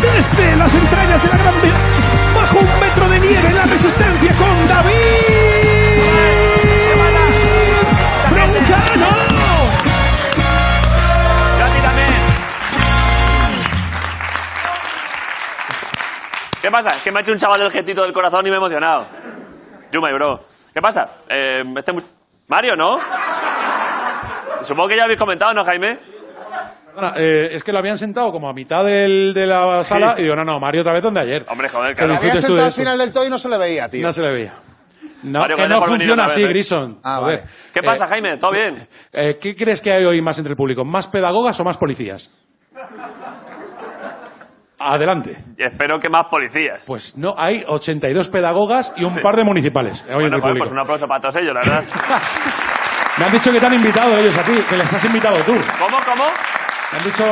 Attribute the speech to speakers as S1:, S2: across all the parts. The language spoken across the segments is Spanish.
S1: desde las entrañas de la grande, bajo un metro de nieve, la resistencia con David Broncano.
S2: ¿Qué pasa? Es que me ha hecho un chaval del jetito del corazón y me he emocionado. Yuma y bro. ¿Qué pasa? Eh, este much- Mario, ¿no? Supongo que ya habéis comentado, ¿no, Jaime?
S3: Perdona, eh, es que lo habían sentado como a mitad del- de la sala y digo, no, no, Mario otra vez donde ayer.
S2: Hombre, joder,
S3: Que
S2: claro.
S3: disfrutes
S4: Había
S3: tú de
S4: sentado al
S3: esto.
S4: final del todo y no se le veía, tío.
S3: No se le veía. No,
S2: Mario,
S3: que
S2: gracias
S3: no
S2: por venir
S3: funciona
S2: otra vez,
S3: así,
S2: ¿eh?
S3: Grison.
S4: Ah,
S3: Joder.
S4: vale.
S2: ¿Qué
S3: Eh,
S2: pasa, Jaime? ¿Todo bien?
S3: eh, ¿Qué crees que hay hoy más entre el público? ¿Más pedagogas o más policías? Adelante.
S2: Y espero que más policías.
S3: Pues no, hay 82 pedagogas y un par de municipales. eh, hoy en
S2: bueno, joder,
S3: el público.
S2: pues un aplauso para todos ellos, la verdad.
S3: Me han dicho que te han invitado ellos a ti, que les has invitado tú. Me
S2: ¿Cómo, cómo?
S3: han dicho,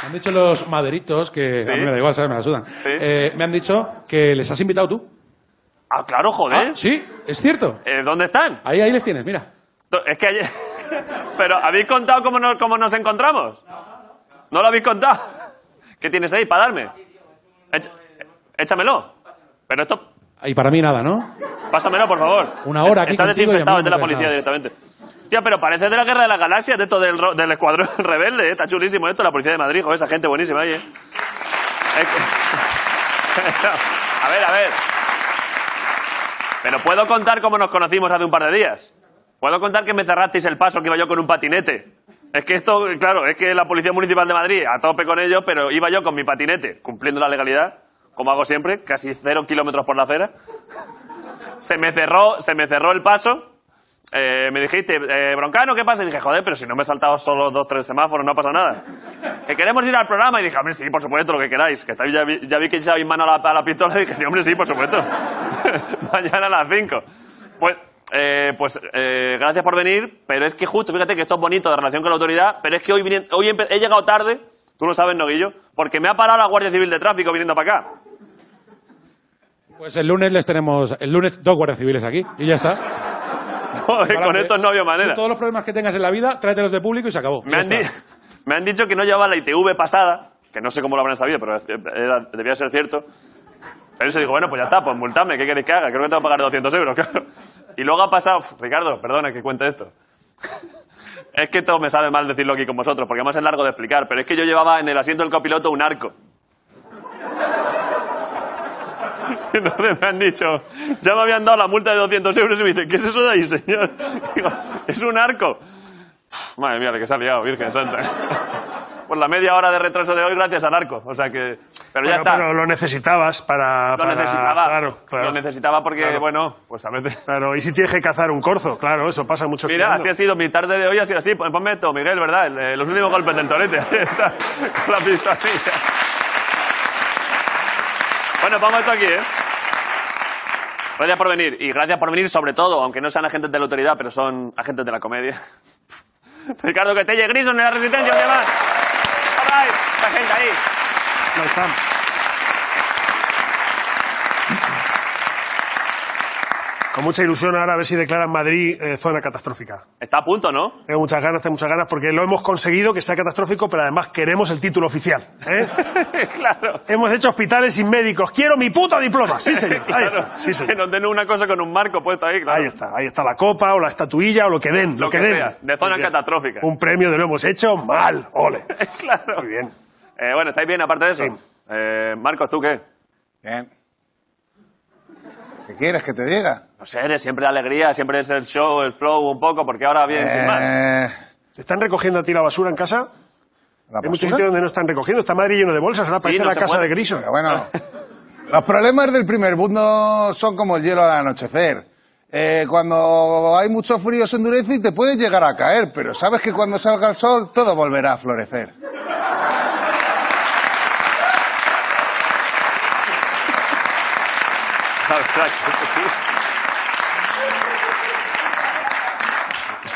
S3: me han dicho los maderitos, que
S2: Sí.
S3: a mí me da igual, ¿sabes? Me la sudan.
S2: Sí.
S3: Eh, me han dicho que les has invitado tú.
S2: Ah, claro, joder.
S3: Ah, sí, es cierto.
S2: Eh, ¿Dónde están?
S3: Ahí, ahí les tienes, mira.
S2: To- Es que ayer... Pero, ¿habéis contado cómo nos, cómo nos encontramos? ¿No lo habéis contado? ¿Qué tienes ahí para darme? Echa- échamelo. Pero esto...
S3: Y para mí nada, ¿no?
S2: Pásamelo, por favor.
S3: Una hora aquí
S2: Está
S3: contigo y a mí
S2: desinfectado,
S3: no
S2: es de
S3: me
S2: la
S3: ves
S2: policía
S3: nada.
S2: directamente. Tío, pero parece de la Guerra de las Galaxias, de esto del, ro- del Escuadrón Rebelde, ¿eh? Está chulísimo esto, la policía de Madrid, joder, esa gente buenísima ahí, ¿eh? Es que- a ver, a ver. Pero puedo contar cómo nos conocimos hace un par de días. Puedo contar que me cerrasteis el paso que iba yo con un patinete. Es que esto, claro, es que la Policía Municipal de Madrid, a tope con ellos, pero iba yo con mi patinete, cumpliendo la legalidad, como hago siempre, casi cero kilómetros por la acera se me cerró, se me cerró el paso. Eh, me dijiste, eh, broncano, ¿qué pasa? Y dije, joder, pero si no me he saltado solo dos, tres semáforos, no pasa nada. Que queremos ir al programa. Y dije, hombre, sí, por supuesto, lo que queráis. Que estáis- ya, vi, ya vi que echabais mano a la, a la pistola. Y dije, sí, hombre, sí, por supuesto. Mañana a las 5. Pues, eh, pues eh, gracias por venir. Pero es que justo, fíjate que esto es bonito de relación con la autoridad. Pero es que hoy, vine- hoy empe- he llegado tarde, tú lo sabes, Noguillo, porque me ha parado la Guardia Civil de Tráfico viniendo para acá.
S3: Pues el lunes les tenemos, el lunes dos guardias civiles aquí y ya está.
S2: Con estos no había manera.
S3: Tú Todos los problemas que tengas en la vida, tráetelos de público y se acabó.
S2: Me
S3: Ya
S2: han, di-
S3: está.
S2: me han dicho que no llevaba la ITV pasada, que no sé cómo lo habrán sabido, pero era- debía ser cierto. Pero eso digo, bueno, pues ya está, pues multadme, ¿qué queréis que haga? Creo que tengo que pagar 200 euros, claro. Y luego ha pasado, Uf, Ricardo, perdona que cuente esto. Es que todo me sabe mal decirlo aquí con vosotros, porque además es largo de explicar, pero es que yo llevaba en el asiento del copiloto un arco. Y Entonces me han dicho, ya me habían dado la multa de 200 euros y me dicen, ¿qué es eso de ahí, señor? Digo, es un arco. Madre mía, de que se ha liado, Virgen Santa. Por la media hora de retraso de hoy, gracias al arco. O sea que. Pero ya
S5: Bueno,
S2: está.
S5: pero lo necesitabas para...
S2: lo
S5: para-
S2: necesitaba.
S5: Claro, claro.
S2: Lo necesitaba porque,
S5: Claro.
S2: bueno, pues a veces.
S5: Claro, y si tienes que cazar un corzo, claro, eso pasa mucho.
S2: Mira,
S5: criando.
S2: así ha sido. Mi tarde de hoy ha sido así. Pon- Ponme esto, Miguel, ¿verdad? El, eh, los últimos golpes del torete. Ahí está, Con la pistolilla. Bueno, vamos esto aquí, ¿eh? Gracias por venir. Y gracias por venir, sobre todo, aunque no sean agentes de la autoridad, pero son agentes de la comedia. Ricardo Quetelle, Grison en la Resistencia, ¿dónde vas? Bye, bye. La gente ahí.
S5: No están. Con mucha ilusión ahora a ver si declaran Madrid eh, zona catastrófica.
S2: Está a punto, ¿no?
S5: Tengo muchas ganas, tengo muchas ganas, porque lo hemos conseguido que sea catastrófico, pero además queremos el título oficial. ¿eh?
S2: claro.
S5: hemos hecho hospitales sin médicos. Quiero mi puto diploma. Sí, señor. Ahí
S2: Claro,
S5: está. Sí,
S2: Que
S5: señor.
S2: nos den una cosa con un marco puesto ahí, claro.
S5: Ahí está, ahí está la copa o la estatuilla o lo que den, lo,
S2: Lo que
S5: den.
S2: sea, de zona
S5: Muy bien.
S2: catastrófica.
S5: Un premio de lo hemos hecho mal, ole.
S2: claro.
S5: Muy bien.
S2: Eh, bueno, ¿estáis bien aparte de eso?
S5: Sí.
S2: Eh, Marcos, ¿tú qué?
S4: Bien. ¿Qué quieres que te diga?
S2: No sé, eres siempre la alegría, siempre es el show, el flow un poco, porque ahora bien, sin más.
S4: Eh,
S5: ¿Te ¿Están recogiendo a ti la basura en casa?
S4: ¿la
S5: Hay muchos
S4: basura?
S5: sitios donde no están recogiendo. Está Madrid lleno de bolsas, ahora parece
S2: no
S5: la
S2: se
S5: casa
S2: puede.
S5: de Griso.
S4: Pero bueno, los problemas del primer mundo son como el hielo al anochecer. Eh, cuando hay mucho frío se endurece y te puede llegar a caer, pero sabes que cuando salga el sol todo volverá a florecer.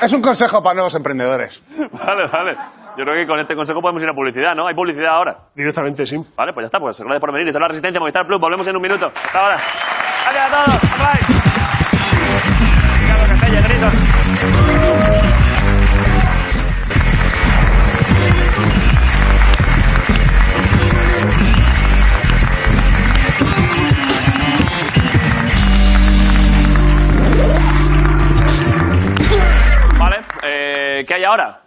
S4: Es un consejo para nuevos emprendedores.
S2: vale, vale. Yo creo que con este consejo podemos ir a publicidad, ¿no? Hay publicidad ahora.
S5: Directamente, sí.
S2: Vale, pues ya está, pues gracias por venir. Esto es la Resistencia Movistar Plus. Volvemos en un minuto. Hasta ahora. Gracias a todos. Bye. Ricardo Castella, Grison. eh, hay ahora?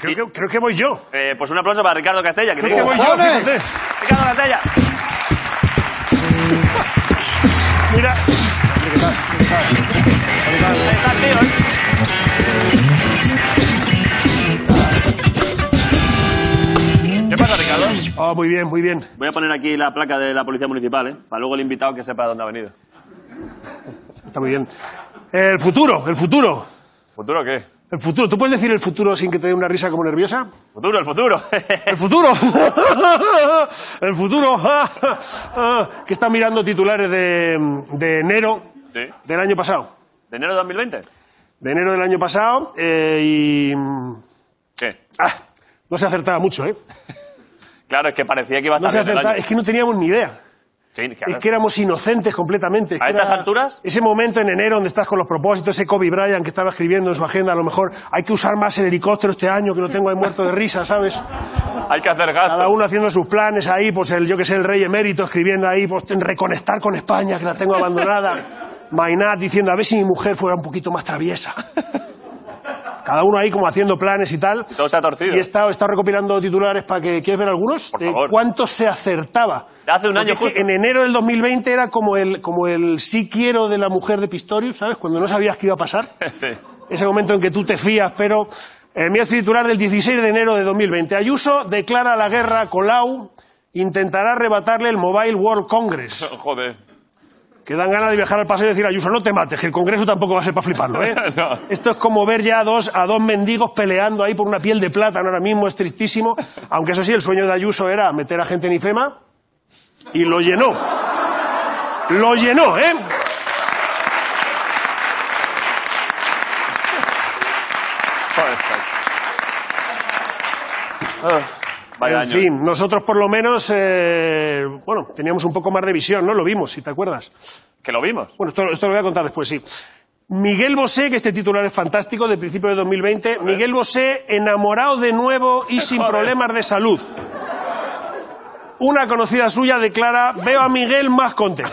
S5: Creo que, creo que voy yo.
S2: Eh, pues un aplauso para Ricardo Castella. Que
S5: Creo
S2: dice-
S5: que voy yo,
S4: ¡Cojones!
S5: fíjate.
S2: Ricardo Castella.
S5: Mira,
S2: Ahí está, tío, ¿eh? ¿Qué pasa, Ricardo?
S5: Ah, muy bien, muy bien.
S2: Voy a poner aquí la placa de la Policía Municipal, ¿eh? Para luego el invitado que sepa dónde ha venido.
S5: Está muy bien. El futuro, el futuro.
S2: ¿Futuro qué?
S5: El futuro. ¿Tú puedes decir el futuro sin que te dé una risa como nerviosa?
S2: Futuro, el futuro.
S5: ¡El futuro! ¡El futuro! que está mirando titulares de, de enero
S2: sí.
S5: del año pasado.
S2: ¿De enero de 2020?
S5: De enero del año pasado eh, y... mm,
S2: ¿Qué?
S5: ah, no se acertaba mucho, ¿eh?
S2: Claro, es que parecía que iba a
S5: No se
S2: estar bien el
S5: acertaba.
S2: año.
S5: Es que no teníamos ni idea.
S2: Sí, claro.
S5: Es que éramos inocentes completamente. Es
S2: ¿A
S5: que
S2: estas alturas?
S5: Ese momento en enero donde estás con los propósitos, ese Kobe Bryant que estaba escribiendo en su agenda, a lo mejor hay que usar más el helicóptero este año, que lo tengo ahí muerto de risa, ¿sabes?
S2: Hay que hacer gasto.
S5: Cada uno haciendo sus planes ahí, pues el, yo que sé, el rey emérito escribiendo ahí, pues reconectar con España, que la tengo abandonada. Mainat diciendo, a ver si mi mujer fuera un poquito más traviesa. Cada uno ahí como haciendo planes y tal.
S2: Todo se ha torcido.
S5: Y he estado, he estado recopilando titulares para que... ¿Quieres ver algunos?
S2: Por
S5: De
S2: favor.
S5: ¿Cuántos se acertaba?
S2: Hace un
S5: Porque
S2: año
S5: es que
S2: justo.
S5: En enero del 2020 era como el, como el sí quiero de la mujer de Pistorius, ¿sabes? Cuando no sabías qué iba a pasar.
S2: Sí.
S5: Ese momento en que tú te fías, pero... El mío es titular del 16 de enero de 2020. Ayuso declara la guerra a Colau, intentará arrebatarle el Mobile World Congress.
S2: Joder.
S5: Que dan ganas de viajar al paseo y decir, Ayuso, no te mates, que el Congreso tampoco va a ser para fliparlo, ¿eh?
S2: No.
S5: Esto es como ver ya a dos, a dos mendigos peleando ahí por una piel de plátano ahora mismo, es tristísimo. Aunque eso sí, el sueño de Ayuso era meter a gente en IFEMA y lo llenó. Lo llenó, ¿eh?
S2: Joder. Ah, Vaya
S5: en
S2: año.
S5: fin, nosotros por lo menos, eh, bueno, teníamos un poco más de visión, ¿no? Lo vimos, si te acuerdas.
S2: Que lo vimos.
S5: Bueno, esto, esto lo voy a contar después, sí. Miguel Bosé, que este titular es fantástico, de principio de 2020. Miguel Bosé, enamorado de nuevo y sin
S2: Joder.
S5: problemas de salud. Una conocida suya declara, veo a Miguel más contento.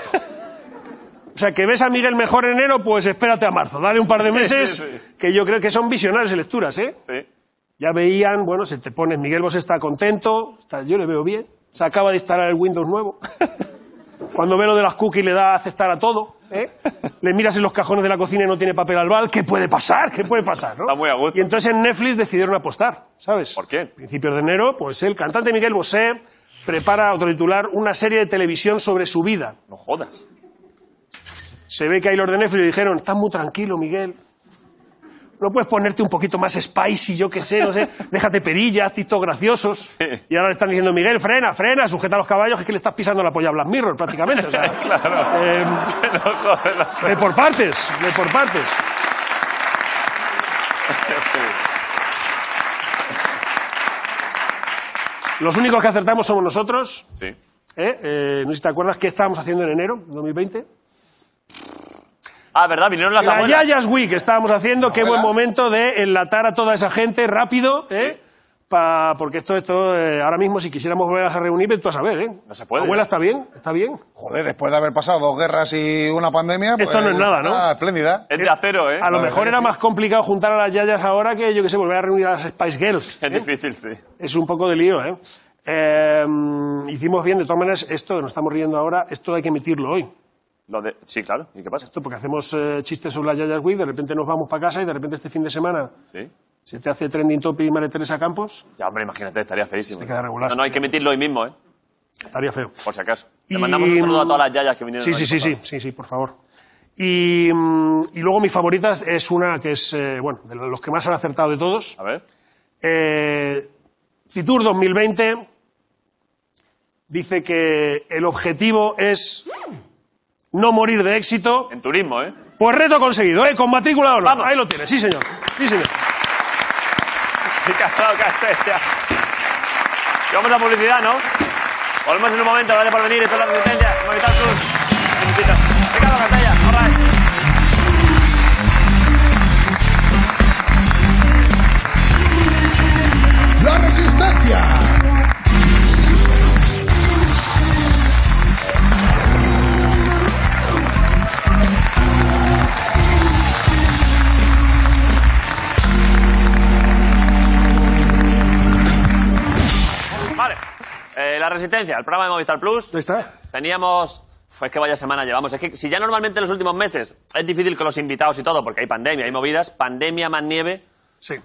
S5: O sea, que ves a Miguel mejor en enero, pues espérate a marzo. Dale un par de meses,
S2: sí, sí.
S5: que yo creo que son visionarias lecturas, ¿eh?
S2: Sí.
S5: Ya veían, bueno, se te pones, Miguel Bosé está contento, está- yo le veo bien, se acaba de instalar el Windows nuevo. Cuando ve lo de las cookies le da a aceptar a todo, ¿eh? Le miras en los cajones de la cocina y no tiene papel albal, ¿qué puede pasar? ¿Qué puede pasar? no?
S2: Está muy a gusto.
S5: Y entonces en Netflix decidieron apostar, ¿sabes?
S2: ¿Por qué?
S5: Principios de enero, pues el cantante Miguel Bosé prepara, otro titular, una serie de televisión sobre su vida.
S2: No jodas.
S5: Se ve que ahí los de Netflix le dijeron, estás muy tranquilo, Miguel. No puedes ponerte un poquito más spicy, yo qué sé, no sé. Déjate perillas, tistos graciosos. Y ahora le están diciendo, Miguel, frena, frena, sujeta a los caballos, que es que le estás pisando la polla a Black Mirror, prácticamente. o sea,
S2: Claro.
S5: em,
S2: No jodas. no sé.
S5: de por partes, de por partes. Los únicos que acertamos somos nosotros.
S2: Sí.
S5: ¿eh? Eh, no sé si te acuerdas qué estábamos haciendo en enero de 2020.
S2: Ah, ¿verdad? Vinieron las
S5: La
S2: abuelas.
S5: Yayas Week que estábamos haciendo, qué buen
S4: Abuela.
S5: momento de enlatar a toda esa gente rápido, ¿eh? Pa- porque esto, esto eh, ahora mismo, si quisiéramos volver a reunir, tú a saber, ¿eh?
S2: No se puede,
S5: Abuela,
S2: ya.
S5: ¿está bien? ¿Está bien?
S4: Joder, después de haber pasado dos guerras y una pandemia.
S5: Esto no es nada, ¿no?
S4: Ah, espléndida.
S2: Es de acero, ¿eh?
S5: A lo
S4: Madre
S5: mejor
S4: mía,
S5: era
S4: sí.
S5: más complicado juntar a las Yayas ahora que, yo que sé, volver a reunir a las Spice Girls.
S2: Es difícil, sí.
S5: Es un poco de lío, ¿eh? Eh, hicimos bien, de todas maneras, esto, nos estamos riendo ahora, esto hay que emitirlo hoy.
S2: Lo de... Sí, claro. ¿Y qué pasa?
S5: Esto porque hacemos eh, chistes sobre las Yayas Week, de repente nos vamos para casa y de repente este fin de semana
S2: Sí.
S5: se te hace trending topic María Teresa Campos,
S2: Ya, hombre, imagínate, estaría feísimo.
S5: Te queda regular.
S2: No, no, hay que emitirlo hoy mismo, ¿eh?
S5: estaría feo.
S2: Por si acaso. Te
S5: Y-
S2: mandamos un saludo a todas las yayas que vinieron.
S5: Sí,
S2: el
S5: sí,
S2: año
S5: sí, sí,
S2: pasado.
S5: sí, sí, por favor. Y, mm, y luego mi favorita es una que es, eh, bueno, de los que más han acertado de todos.
S2: A ver.
S5: Eh, Fitur 2020 dice que el objetivo es no morir de éxito.
S2: En turismo, ¿eh?
S5: Pues reto conseguido, ¿eh? Con matrícula o no.
S2: Vamos.
S5: Ahí lo tienes, sí, señor. Sí, señor.
S2: Ricardo Castella. Y vamos a publicidad, ¿no? Volvemos en un momento, gracias por venir. Esto es la resistencia. Movistar Plus. Un besito. Ricardo Castella, all right.
S4: ¡La resistencia!
S2: Eh, la Resistencia, el programa de Movistar Plus.
S5: ¿Dónde está?
S2: Teníamos. Pues que vaya semana llevamos. Es que si ya normalmente en los últimos meses es difícil con los invitados y todo, porque hay pandemia, hay movidas, pandemia más nieve.
S5: Sí.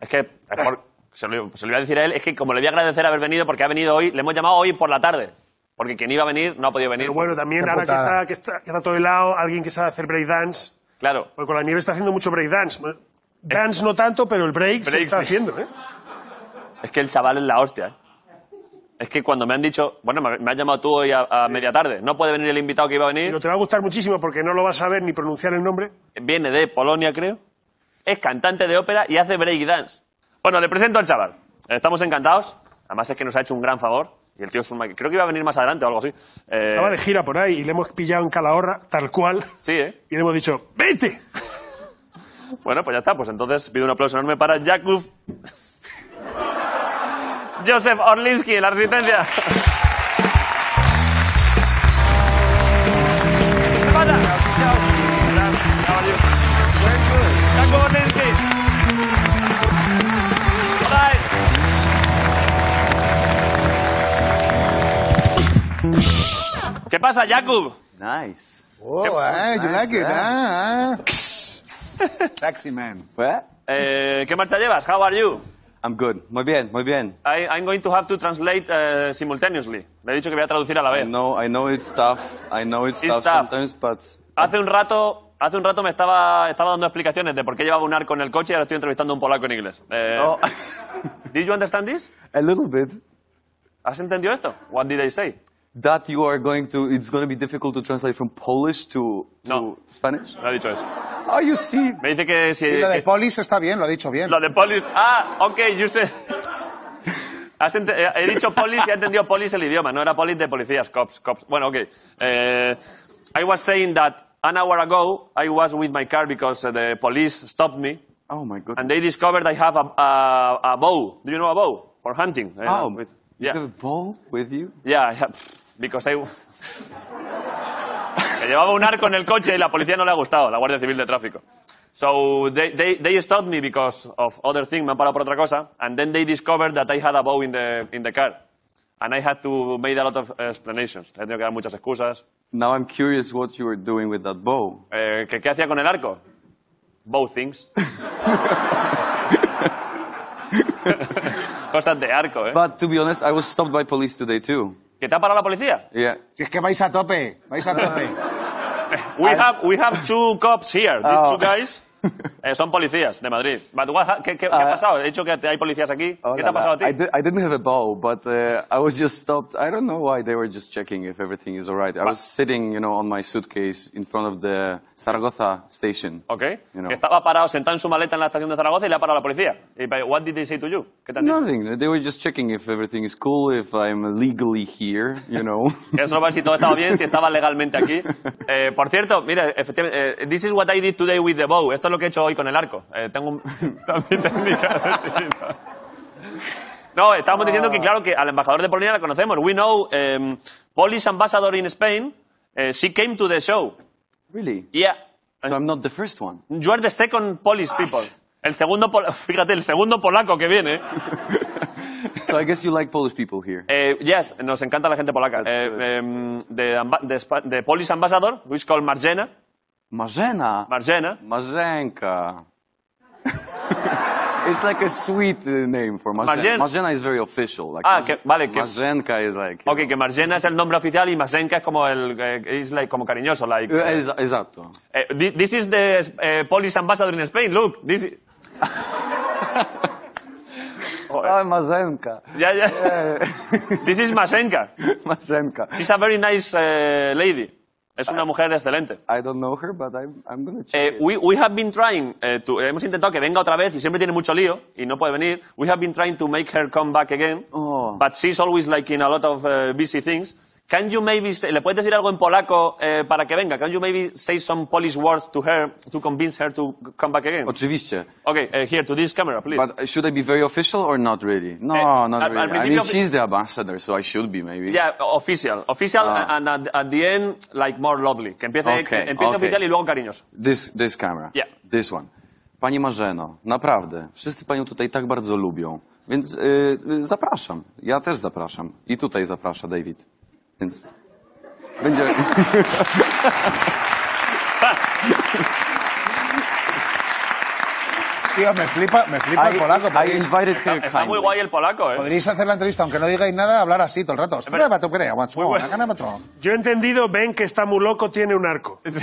S2: Es que. es por- se, lo, se lo voy a decir a él, es que como le voy a agradecer haber venido, porque ha venido hoy, le hemos llamado hoy por la tarde. Porque quien iba a venir no ha podido venir.
S5: Pero bueno, también
S4: Qué
S5: ahora que
S4: putada.
S5: está, que, está, que está todo helado, alguien que sabe hacer breakdance.
S2: Claro.
S5: Porque con la nieve está haciendo mucho breakdance. Dance no tanto, pero el break, se
S2: Eh. Break,
S5: está
S2: sí.
S5: haciendo, ¿eh?
S2: Es que el chaval es la hostia. ¿eh? Es que cuando me han dicho, bueno, me, me has llamado tú hoy a, a media tarde, no puede venir el invitado que iba a venir,
S5: Pero te va a gustar muchísimo porque no lo vas a ver ni pronunciar el
S2: Eh.
S5: nombre.
S2: viene de Polonia, creo, es cantante de ópera y hace breakdance. Bueno, le presento al chaval. Estamos encantados. Además es que nos ha hecho un gran favor. Y el tío es un maqui- Creo que iba a venir más adelante o algo así. Eh,
S5: Estaba de gira por ahí y le hemos pillado en Calahorra, tal cual.
S2: Sí, ¿eh?
S5: Y le hemos dicho, ¡vete!
S2: Bueno, pues ya está. Pues entonces pido un aplauso enorme para Jakub... Joseph Orlinsky, La Resistencia. ¿Qué pasa? Hola, how are you? Jakub Orlinsky. Bye. ¿Qué pasa, Jakub?
S6: Nice.
S4: Oh, eh, you like it,
S5: ¿eh?
S4: ah, ah. Taxi man.
S6: Where?
S2: Eh, ¿Qué marcha llevas? How are you?
S6: I'm good. Muy bien, muy bien.
S2: I, I'm going to have to translate eh, simultaneously. Le he dicho que voy a traducir a la
S6: I
S2: vez.
S6: know, I know it's tough. I know it's,
S2: It's
S6: tough,
S2: tough.
S6: sometimes, but
S2: Hace un rato, hace un rato me estaba, estaba dando explicaciones de por qué llevaba un arco en el coche y ahora estoy entrevistando a un polaco en inglés. Eh,
S6: no.
S2: Did you understand this?
S6: a little bit.
S2: ¿Has entendido esto? What did I say?
S6: That you are going to, it's going to be difficult to translate from Polish to, to
S2: No.
S6: Spanish.
S2: No he dicho eso.
S6: Oh, you see.
S2: Me dice que si...
S4: Sí, lo de
S2: que-
S4: polis está bien, lo ha dicho bien.
S2: lo de polis... Ah, ok, you said... Has ente- eh, he dicho polis y ha entendido polis el idioma. No era polis de policías, cops, cops. Bueno, ok. Eh, I was saying that an hour ago I was with my car because uh, the police stopped me
S6: Oh my god.
S2: and they discovered I have a, a, a bow. Do you know a bow for hunting?
S6: oh,
S2: I know, uh, with-
S6: you
S2: yeah,
S6: have a ball with you?
S2: yeah, I have- because I. que llevaba un arco en el coche y la policía no le ha gustado, la Guardia Civil de Tráfico. So they, they, they stopped me because of other thing, me han parado por otra cosa, and then they discovered that I had a bow in the, in the car. And I had to make a lot of uh, explanations. He tenido que dar muchas excusas.
S6: Now I'm curious what you were doing with that bow.
S2: Eh, ¿que ¿Qué hacía con el arco? Both things. Cosas de arco, ¿eh?
S6: But to be honest, I was stopped by police today too.
S2: ¿Que te ha parado la policía?
S6: Yeah.
S4: Si es que vais a tope, vais a tope.
S2: We have, we have two cops here. These
S6: Oh.
S2: two guys eh, son policías de Madrid. But what ha- ¿qué, qué- qué ha
S6: Ah.
S2: pasado? He dicho que te- hay policías aquí.
S6: Oh,
S2: ¿Qué te
S6: la, la.
S2: ha pasado a
S6: I,
S2: ti?
S6: di- I didn't have a bow, but uh, I was just stopped. I don't know why they were just checking if everything is all right. I was sitting, you know, on my suitcase in front of the Zaragoza station.
S2: Ok.
S6: You know.
S2: Que estaba parado, sentado en su maleta en la estación de Zaragoza y le ha parado la policía. Y, but what did they say to you? ¿Qué te han dicho?
S6: Nothing. They were just checking if everything is cool, if I'm legally here, you know.
S2: Que solo ver si todo estaba bien, si estaba legalmente aquí. Eh, por cierto, mira, efectivamente, eh, this is what I did today with the bow. Esto es lo que he hecho hoy con el arco. Eh, tengo un... También técnica. no, estábamos diciendo que, claro, que al embajador de Polonia la conocemos. We know em, Polish ambassador in Spain. Eh, she came to the show.
S6: really?
S2: Yeah.
S6: So I'm not the first one.
S2: You are the second Polish people. El segundo, pol- fíjate, el segundo polaco que viene.
S6: so I guess you like Polish people here.
S2: Eh, yes, nos encanta la gente polaca.
S6: That's
S2: Eh,
S6: good.
S2: em, the, amba- the spa- the Polish ambassador, who is called Marzena.
S6: Marzena.
S2: Marzena.
S6: Marzenka. it's like a sweet uh, name for Marzena.
S2: Marzen-
S6: Marzena is very official. Like
S2: Ah,
S6: Marz-
S2: que- vale, que-
S6: Marzenka is like.
S2: Ok, que Marzena es el nombre oficial y Mazenka es como el eh, es like, como cariñoso, like.
S6: Eh, es- Exacto.
S2: eh, thi- this is the eh, Polish ambassador in Spain. Look, this. Is... Joder.
S6: Ah, Mazenka.
S2: Ya, ya.
S6: Eh,
S2: This is Mazenka.
S6: Mazenka.
S2: She's a very nice eh, lady. Es una mujer excelente.
S6: I don't know her, but I'm, I'm gonna check.
S2: Eh,
S6: it.
S2: we, we have been trying eh, to- hemos intentado que venga otra vez y siempre tiene mucho lío y no puede venir. We have been trying to make her come back again,
S6: Oh.
S2: but she's always like in a lot of eh, busy things. Can you maybe say- le puedes decir algo en polaco eh, para que venga? Can you maybe say some Polish words to her to convince her to come back again?
S6: Oczywiście.
S2: Okay, eh, here to this camera, please.
S6: But should I be very official or not really? No,
S2: Eh,
S6: not
S2: al- al
S6: really. I mean,
S2: principio-
S6: she's the ambassador, so I should be maybe.
S2: yeah, official, official,
S6: Ah.
S2: and at, at the end like more lovely. Que empiece,
S6: Okay,
S2: que empiece
S6: okay.
S2: oficial y luego cariñoso.
S6: This this camera.
S2: Yeah.
S6: This one. Pani Marzeno, naprawdę, wszyscy panią tutaj tak bardzo lubią, więc y, y, zapraszam. Ja też zapraszam. I tutaj zaprasza David. Więc będzie.
S4: Tío, me flipa, me flipa el polaco.
S6: I, I
S4: Podríais,
S6: invited her
S2: Está muy
S6: kindly.
S2: guay el polaco, ¿eh?
S4: podríais hacer la entrevista, aunque no digáis nada, hablar así todo el rato. Ostras,
S2: verdad.
S4: vato, crea, macho,
S2: Muy bueno.
S4: la gana, macho.
S5: Yo he entendido, ven que está muy loco, tiene un arco. Es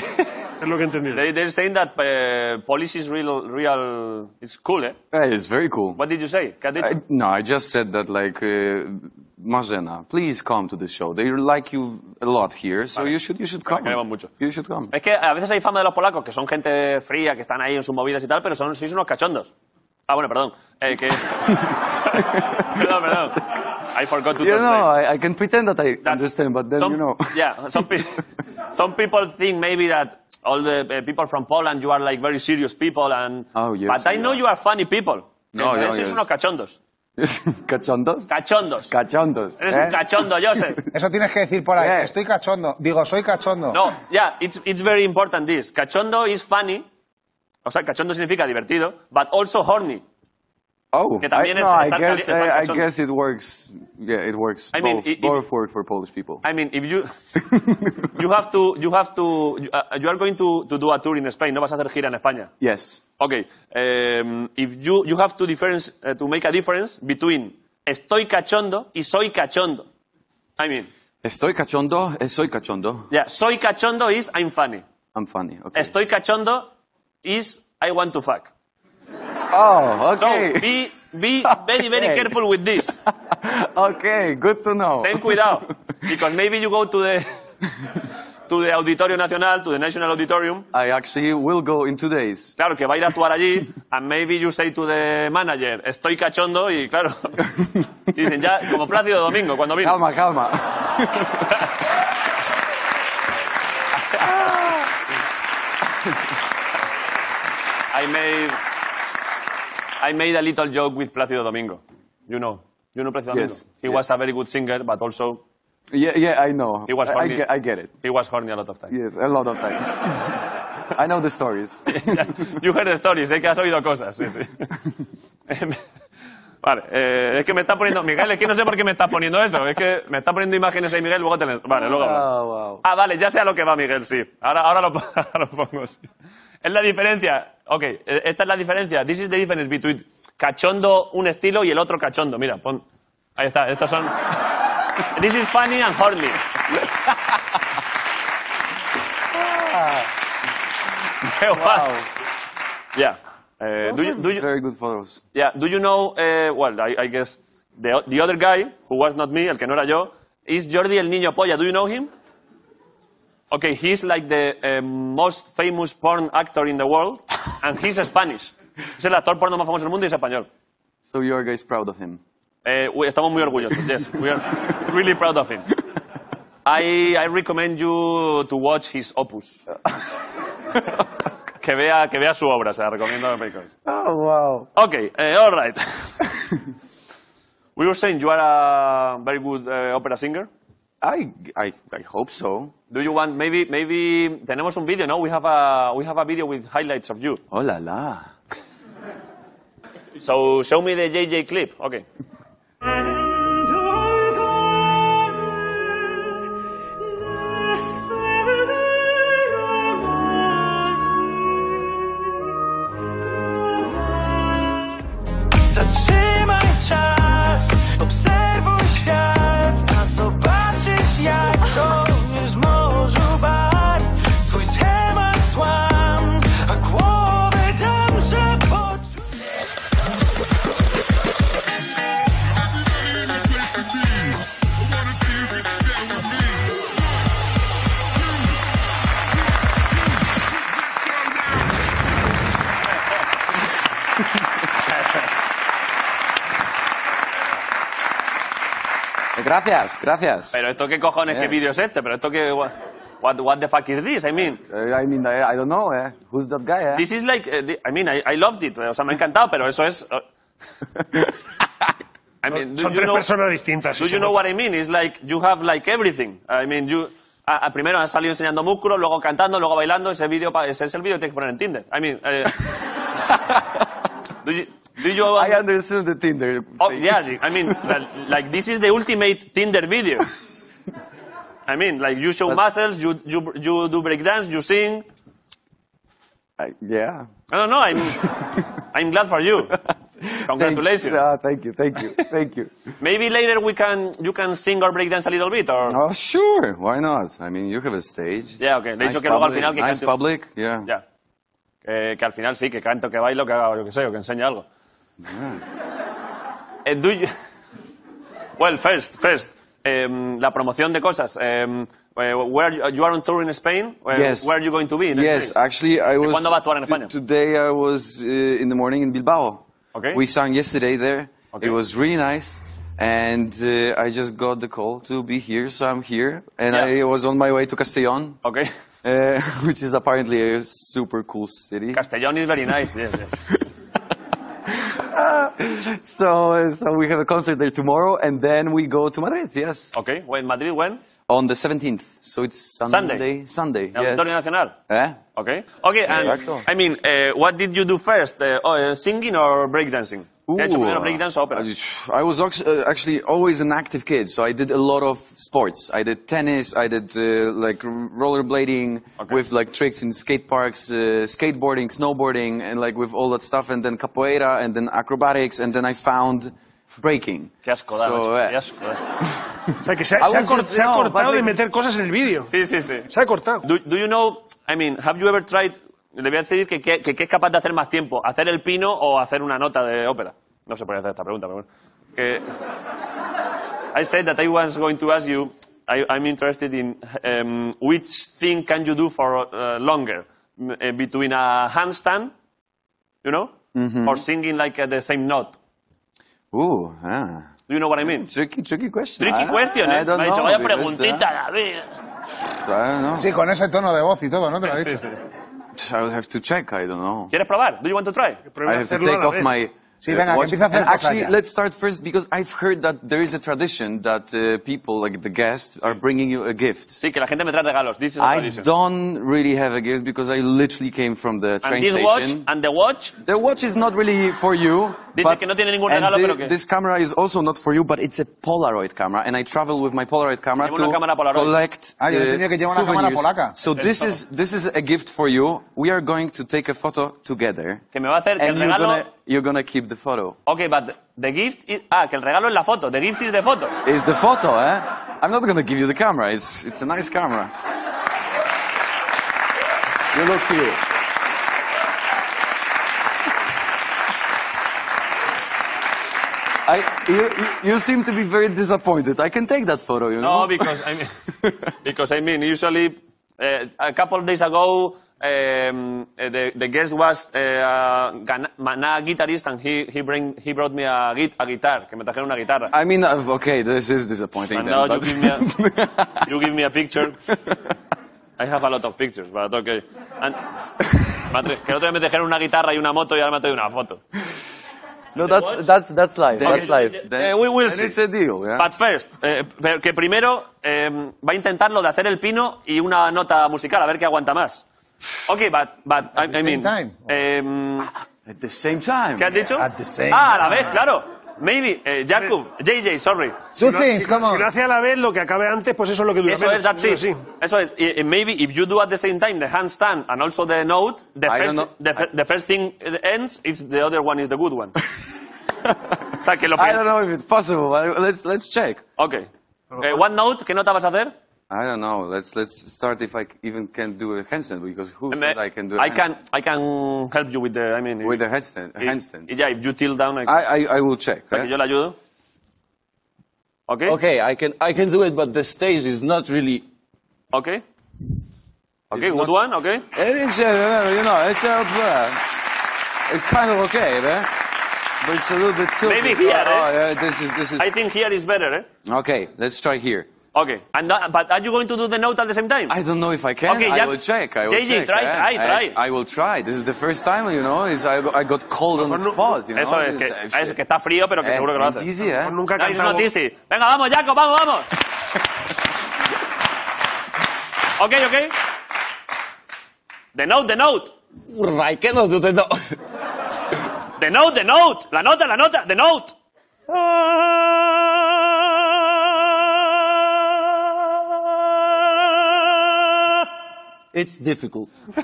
S5: lo que he entendido.
S2: They, they're saying that eh, police is real, real... It's cool, ¿eh?
S6: Hey, it's very cool.
S2: What did you say? ¿Qué has dicho?
S6: I, no, I just said that, like, uh, Marzena, please come to the show. They like you a lot here, so you should you should come.
S2: queremos mucho.
S6: You should come.
S2: Es que a veces hay fama de los polacos, que son gente fría, que están ahí en sus movidas y tal, pero son, sois unos cachondos. Ah, bueno, perdón. Eh, que... perdón, perdón. I forgot to
S6: You know,
S2: translate.
S6: I, I can pretend that I
S2: That
S6: understand, but then
S2: some,
S6: you know.
S2: Yeah, some, pe- some people think maybe that all the eh, people from Poland, you are like very serious people, and
S6: Oh, yes,
S2: but I
S6: we
S2: know
S6: are.
S2: you are funny people.
S6: No,
S2: Eh,
S6: no,
S2: sois
S6: yes.
S2: unos cachondos.
S6: Cachondos?
S2: Cachondos.
S6: Cachondos.
S2: Eres
S6: eh?
S2: un cachondo, Joseph.
S4: Eso tienes que decir por ahí.
S6: Yeah.
S4: Estoy cachondo. Digo, soy cachondo.
S2: No, yeah, it's, it's very important this. Cachondo is funny. O sea, cachondo significa divertido, but also horny.
S6: Oh,
S2: Que también
S6: I,
S2: es-
S6: no, I
S2: están
S6: guess eh,
S2: cali- están
S6: I, I
S2: cachondo.
S6: guess it works. Yeah, it works.
S2: I mean,
S6: both,
S2: i- if-
S6: both work for Polish people.
S2: I mean, if you you have to you have to you, uh, you are going to, to do a tour in Spain, no vas a hacer gira en España.
S6: yes.
S2: Okay, um, if you you have to difference uh, to make a difference between estoy cachondo y soy cachondo. I mean,
S6: Estoy cachondo. eh, Soy cachondo.
S2: yeah, soy cachondo is I'm funny.
S6: I'm funny. Okay.
S2: Estoy cachondo is I want to fuck.
S6: oh,
S2: So
S6: okay.
S2: be be very very
S6: Okay.
S2: careful with this.
S6: okay, good to know.
S2: Ten cuidado, because maybe you go to the to the Auditorio Nacional, to the National Auditorium,
S6: I actually will go in two days.
S2: Claro, que va a ir a actuar allí, and maybe you say to the manager, estoy cachondo, y claro. y dicen ya, como Plácido Domingo, cuando vino.
S6: Calma, calma.
S2: I made, I made a little joke with Plácido Domingo. You know. You know Plácido
S6: Yes,
S2: Domingo. He
S6: yes.
S2: was a very good singer, but also
S6: Yeah, yeah, I know.
S2: he was
S6: I, I,
S2: horny.
S6: get, I get it.
S2: He was horny a lot of times.
S6: Yes, a lot of times. I know the stories.
S2: you heard stories, ¿eh? que has oído cosas. sí, sí. Em, vale, eh, es que me está poniendo... Miguel, es que no sé por qué me está poniendo eso. Es que me está poniendo imágenes ahí, Miguel, luego te las- Vale, luego hablamos.
S6: Wow, wow.
S2: Ah, vale, ya sé a lo que va Miguel, sí. Ahora, ahora, lo, po- ahora lo pongo, sí. Es la diferencia. Ok, eh, esta es la diferencia. This is the difference between cachondo un estilo y el otro cachondo. Mira, pon... Ahí está, estos son... This is funny and horny. Qué guay. Yeah. Eh, do you- do you-
S6: Very good photos.
S2: Yeah. Do you know? eh, well, I, I guess the, o- the other guy who was not me, el que no era yo, is Jordi el Niño Polla. Do you know him? Okay, he's like the eh, most famous porn actor in the world, and he's Spanish. Es el actor porno más famoso del mundo y es español.
S6: So your guy is proud of him.
S2: Eh, we- estamos muy orgullosos. Yes, we are really proud of him. I, I recommend you to watch his opus. que, vea, que vea su obra, se la recomiendo. because-
S6: Oh, wow.
S2: Okay, eh, all right. we were saying you are a very good eh, opera singer.
S6: I, I, I hope so.
S2: Do you want maybe maybe tenemos un video, no? We have a we have a video with highlights of you.
S6: Oh la la.
S2: So show me the JJ clip. Okay.
S7: Zatrzymaj czas, obserwuj świat, a zobaczysz jak żołnierz morzu bar. Swój schemat złam, a głowę dam, że poczuł.
S6: Eh, Gracias, gracias.
S2: Pero esto qué cojones qué
S6: Yeah.
S2: vídeo es este? Pero esto qué what, what what the fuck is this? I mean,
S6: Eh, I mean, I, I don't know, eh? Who's that guy, eh?
S2: this is like eh, the- I mean, I, I loved it. eh, O sea, me ha encantado, pero eso es eh, I mean, do
S5: Son
S2: you
S5: tres
S2: know-
S5: personas distintas. sí,
S2: Do you
S5: se
S2: know
S5: nota.
S2: what I mean? It's like you have like everything. I mean, you a- a- primero has salido enseñando músculos, luego cantando, luego bailando. Ese vídeo pa- ese es el vídeo que tienes que poner en Tinder. I mean, eh, Do you, do you
S6: I understood the Tinder.
S2: Oh,
S6: thing.
S2: yeah, I mean, like, like, this is the ultimate Tinder video. I mean, like, you show muscles, you, you, you do breakdance, you sing.
S6: I- yeah.
S2: I don't know, I'm, I'm glad for you. Congratulations.
S6: Thank you. Ah, thank you, thank you, thank you.
S2: Maybe later we can, you can sing or breakdance a little bit, or...
S6: Oh, sure. Why not? I mean, you have a stage.
S2: Yeah, okay. Le he dicho
S6: Nice
S2: que luego al
S6: public.
S2: final que
S6: nice
S2: cante-
S6: public. Yeah.
S2: Ya. Eh, que al final sí, que canto, que bailo, que haga lo que sea, o que enseñe algo.
S6: Mm.
S2: Eh, do you- Well, first, first. em, la promoción de cosas. em, eh, where you, you are on tour in Spain? Eh,
S6: Yes.
S2: Where are you going to be? next
S6: Yes,
S2: week?
S6: actually, I was.
S2: cuándo va a actuar en
S6: to-
S2: España?
S6: Today I was uh, in the morning in Bilbao.
S2: Okay.
S6: We sang yesterday there.
S2: Okay.
S6: It was really nice, and uh, I just got the call to be here, so I'm here, and
S2: Yes.
S6: I was on my way to Castellón,
S2: Okay.
S6: uh, which is apparently a super cool city.
S2: Castellón is very nice. Yes, yes.
S6: So, uh, so we have a concert there tomorrow, and then we go to Madrid. Yes,
S2: Okay. When Madrid, when?
S6: on the 17th. So it's Sunday.
S2: Sunday.
S6: Sunday.
S2: El Auditorio
S6: yes.
S2: Nacional.
S6: Eh?
S2: Okay. Okay.
S6: Exacto.
S2: And, I mean, eh, what did you do first? Eh, oh, eh, singing or breakdancing? He hecho primero
S6: Ooh,
S2: breakdance o ópera.
S6: I I was ox- uh, actually always an active kid, so I did a lot of sports. I did tennis, I did uh, like r- rollerblading
S2: Okay.
S6: with like tricks in skate parks, uh, skateboarding, snowboarding, and like with all that stuff, and then capoeira, and then acrobatics, and then I found breaking.
S2: Qué asco, da, macho,
S6: So, uh,
S2: qué asco, eh. da.
S5: O sea, que se, ha-
S6: I
S5: se ha,
S6: was
S5: cor-
S6: just-
S5: se ha
S6: no,
S5: cortado
S6: but
S5: de
S6: the-
S5: meter cosas en el vídeo.
S2: Sí, sí, sí.
S5: Se ha cortado.
S2: Do, do you know, I mean, have you ever tried, le voy a decir que qué que, qué es capaz de hacer más tiempo, hacer el pino o hacer una nota de ópera. No se puede hacer esta pregunta, pero bueno. Que- I said that I was going to ask you, I, I'm interested in um, which thing can you do for uh, longer, M- eh, between a handstand, you know,
S6: Mm-hmm.
S2: or singing like uh, the same note.
S6: Ooh, ah.
S2: Do you know what I mean?
S6: Tricky, tricky question.
S2: Tricky
S6: I-
S2: question,
S6: Ah, I
S2: ¿eh?
S6: don't
S2: Me ha dicho,
S6: know,
S2: vaya
S6: because, uh,
S2: preguntita, David.
S6: I don't know.
S4: Sí, con ese tono de voz y todo, ¿no te lo he
S2: Sí,
S4: dicho?
S2: sí.
S6: I would have to check. I don't know.
S2: ¿Quieres probar? Do you want to try?
S5: Prueba
S6: I
S5: a
S6: have to
S5: hacerlo a
S6: take
S5: la
S6: off
S5: vez.
S6: my. uh,
S4: Sí, venga, que
S6: watch.
S4: empieza a hacer
S6: And
S4: cosas
S6: actually,
S4: ya.
S6: let's start first because I've heard that there is a tradition that uh, people, like the guests, are bringing you a gift.
S2: Sí, que la gente me trae regalos. This is a
S6: I
S2: tradition.
S6: don't really have a gift because I literally came from the
S2: And
S6: train
S2: this watch
S6: station.
S2: and the watch.
S6: The watch is not really for you.
S2: Dice
S6: but-
S2: que no tiene ningún
S6: and
S2: regalo,
S6: the-
S2: pero que-
S6: This camera is also not for you, but it's a Polaroid camera, and I travel with my Polaroid camera
S2: Lleva
S6: to
S2: una cámara Polaroid.
S6: collect.
S4: Ah, yo
S6: uh,
S4: tenía que llevar una cámara
S6: souvenirs.
S4: polaca.
S6: So this is this is a gift for you. We are going to take a photo together.
S2: Que me va a hacer que
S6: and
S2: el
S6: you're
S2: regalo-
S6: gonna, you're gonna keep the photo.
S2: Okay, but the gift is... Ah, que el regalo es la foto. The gift is the photo.
S6: It's the photo, eh? I'm not gonna give you the camera. It's it's a nice camera. You look cute. I, you, you- you seem to be very disappointed. I can take that photo, you know.
S2: No, because I mean... because I mean, usually... eh, a couple of days ago, um, eh, the, the guest was eh, a Ghana, Maná guitarist and he, he, bring, he brought me a, gui- a guitar, que me trajeron una guitarra.
S6: I mean, uh, okay, this is disappointing.
S2: and
S6: then,
S2: now you
S6: but-
S2: give, me a, you give me a picture. I have a lot of pictures, but okay. And, Madre, que el otro día me trajeron una guitarra y una moto y ahora me ha traído una foto.
S8: No, that's that's that's live.
S6: Then
S8: That's
S6: it's-
S8: live.
S6: then-
S2: Eh, we will
S6: then
S2: see.
S6: It's a deal, yeah.
S2: But first, eh, pero que primero eh, va a intentar lo de hacer el pino y una nota musical, a ver qué aguanta más. Ok, but, but I, I
S4: same
S2: mean...
S4: time.
S2: em,
S6: Ah, At the same time.
S2: ¿Qué has dicho?
S4: At the same
S2: ah, a la vez, claro. Maybe. eh, Jakub, JJ, sorry.
S4: Two
S5: No,
S4: things,
S5: si,
S4: come
S5: si
S4: on.
S5: lo hace a la vez, lo que acabe antes, pues eso es lo que dura
S2: Eso
S5: menos.
S2: es, that's it.
S5: Sí.
S2: Eso es. Y- y maybe if you do at the same time the handstand and also the note, the,
S6: I don't
S2: first,
S6: know.
S2: the, fir- the first thing that ends is the other one is the good one. o sea, que lo
S6: I
S2: que...
S6: don't know if it's possible. I- Let's let's check.
S2: Ok. Eh, one note, ¿qué nota vas a hacer?
S6: I don't know. Let's let's start if I c- even can do a handstand because who said I can do a
S2: I
S6: handstand?
S2: can, I can help you with the... I mean,
S6: with a handstand. A
S2: if-
S6: handstand. Ah,
S2: Yeah, if you tilt down, I,
S6: I, I I will check.
S2: o sea, que
S6: eh?
S2: yo le ayudo. Ok. Ok.
S8: Okay, I can I can do it, but the stage is not really.
S2: Ok,
S6: It's
S2: good
S6: not-
S2: one, ok.
S6: Eh, it's, uh, you know, it's uh, uh, it's kind of okay, eh? but it's a little bit too.
S2: Maybe here, eh?
S6: Oh, yeah, this is this is.
S2: I think here is better, eh?
S6: Okay, let's try here.
S2: Okay. And that, but are you going to do the note at the same time?
S6: I don't know if I can.
S2: Okay,
S6: I
S2: yeah.
S6: will check. I will
S2: JJ,
S6: check.
S2: try,
S6: eh?
S2: try,
S6: I-
S2: try.
S6: I, will try. This is the first time, you know. Is I, I got cold on the
S5: Mejor no-
S6: spot. You know.
S2: Eso
S6: It's,
S2: es, que,
S6: uh,
S2: es
S6: shit.
S2: que está frío, pero que
S6: Eh,
S2: seguro que lo
S6: ain't
S2: hace.
S6: easy, eh?
S5: Nunca he
S2: Nice,
S5: cantado.
S2: not easy. Venga, vamos, Jaco, vamos, vamos. ok, ok. The note, the note.
S8: I cannot do the no.
S2: The note, the note. La nota, la nota, the note.
S8: It's difficult.
S2: Muy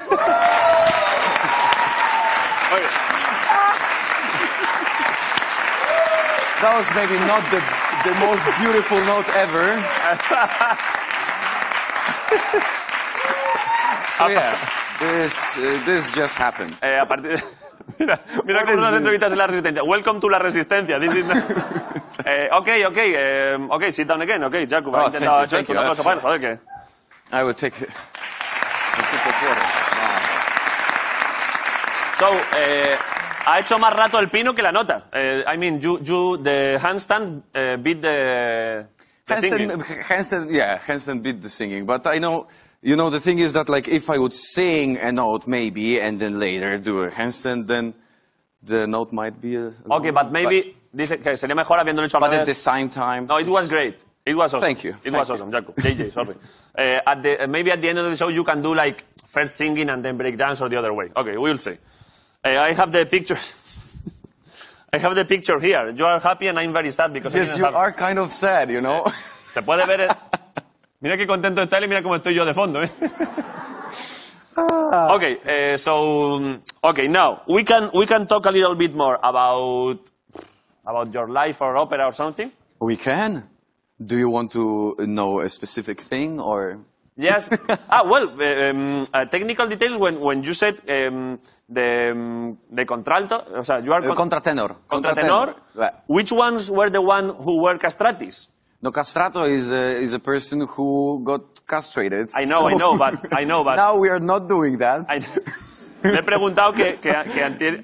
S2: bien.
S6: That was maybe not the, the most beautiful note ever. so yeah, this uh, this just happened.
S2: Eh, a partir de- Mira, mira cómo son las entrevistas en la Resistencia. Welcome to la Resistencia. This is- Eh, ok, ok, eh, ok, sit down again. Ok, Jacob,
S6: Oh,
S2: ha
S6: thank
S2: intentado
S6: you,
S2: hacer
S6: thank you.
S2: una cosa. Bueno, joder, que...
S6: I will take a sip of water.
S2: So, eh, ha hecho más rato el pino que la nota. Eh, I mean, you, you, the handstand eh, beat the, the singing.
S6: Hansen, Hansen, yeah, Hansen beat the singing. But I know, you know, the thing is that like if I would sing a note maybe and then later do a Hansen, then the note might be. A,
S2: Ok, but maybe... Dice que sería mejor habiéndolo hecho al
S6: But, at the
S2: revés.
S6: same time.
S2: No, it was great. It was awesome.
S6: Thank you,
S2: It
S6: thank
S2: was
S6: you.
S2: awesome, Jacob. JJ, sorry. Eh, at the, eh, maybe at the end of the show you can do like first singing and then break dance or the other way. Okay, we'll see. Eh, I have the picture. I have the picture here. You are happy and I'm very sad because I
S6: Yes,
S2: didn't
S6: you
S2: have-
S6: are kind of sad, you know.
S2: Se puede ver. eh. Mira qué contento está él y mira cómo estoy yo de fondo, ¿eh? Okay, eh, so mm, okay, now we can we can talk a little bit more about about your life or opera or something.
S6: we can. Do you want to know a specific thing or?
S2: Yes. ah, well, eh, um, uh, technical details. When when you said um, the um, the contralto, o sea, you are
S6: Uh, contratenor.
S2: contratenor.
S6: Right.
S2: Which ones were the one who were castratis?
S6: No, castrato is a, is a person who got castrated.
S2: I know, I know, but- I know, but-
S6: now we are not doing that.
S2: Ay, Le he preguntado que, que, que anti-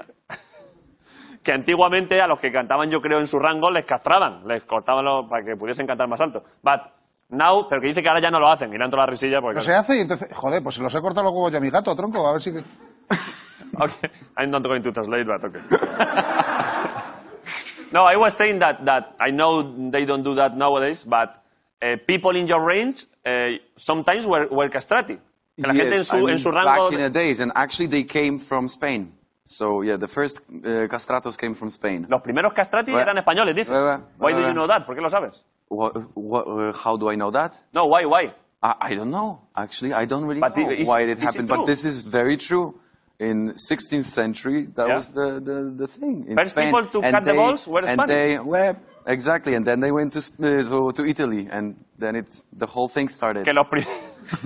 S2: que antiguamente a los que cantaban, yo creo, en su rango les castraban, les cortaban los, para que pudiesen cantar más alto. But now, pero que dice que ahora ya no lo hacen, mirando la risilla porque.
S4: Pero se hace y entonces. Joder, pues se los he cortado los huevos ya a mi gato, tronco. A ver si.
S2: Okay. I'm not going to translate, but okay. no, I was saying that, that I know they don't do that nowadays, but eh, people in your range eh, sometimes were, were castrati. Que la gente en
S6: Yes,
S2: su,
S6: I mean,
S2: en su rango.
S6: back in the days, and actually they came from Spain. So yeah, the first uh, castratos came from Spain.
S2: Los primeros castrati
S6: Well,
S2: eran españoles, dice.
S6: well, well,
S2: Why do
S6: well,
S2: you know that? ¿Por qué lo sabes?
S6: Wha- wha- uh, how do I know that?
S2: No, why, why?
S6: I, I don't know. Actually, I don't really
S2: But
S6: know
S2: is-
S6: why it
S2: is it
S6: happened.
S2: true?
S6: but this is very true. In 16th century, that
S2: Yeah.
S6: was the, the, the thing in
S2: First
S6: Spain.
S2: people to cut the balls were
S6: and
S2: Spanish.
S6: They, well, exactly, and then they went to, Sp- uh, to to Italy, and then it's the whole thing started.
S2: Que los, pri-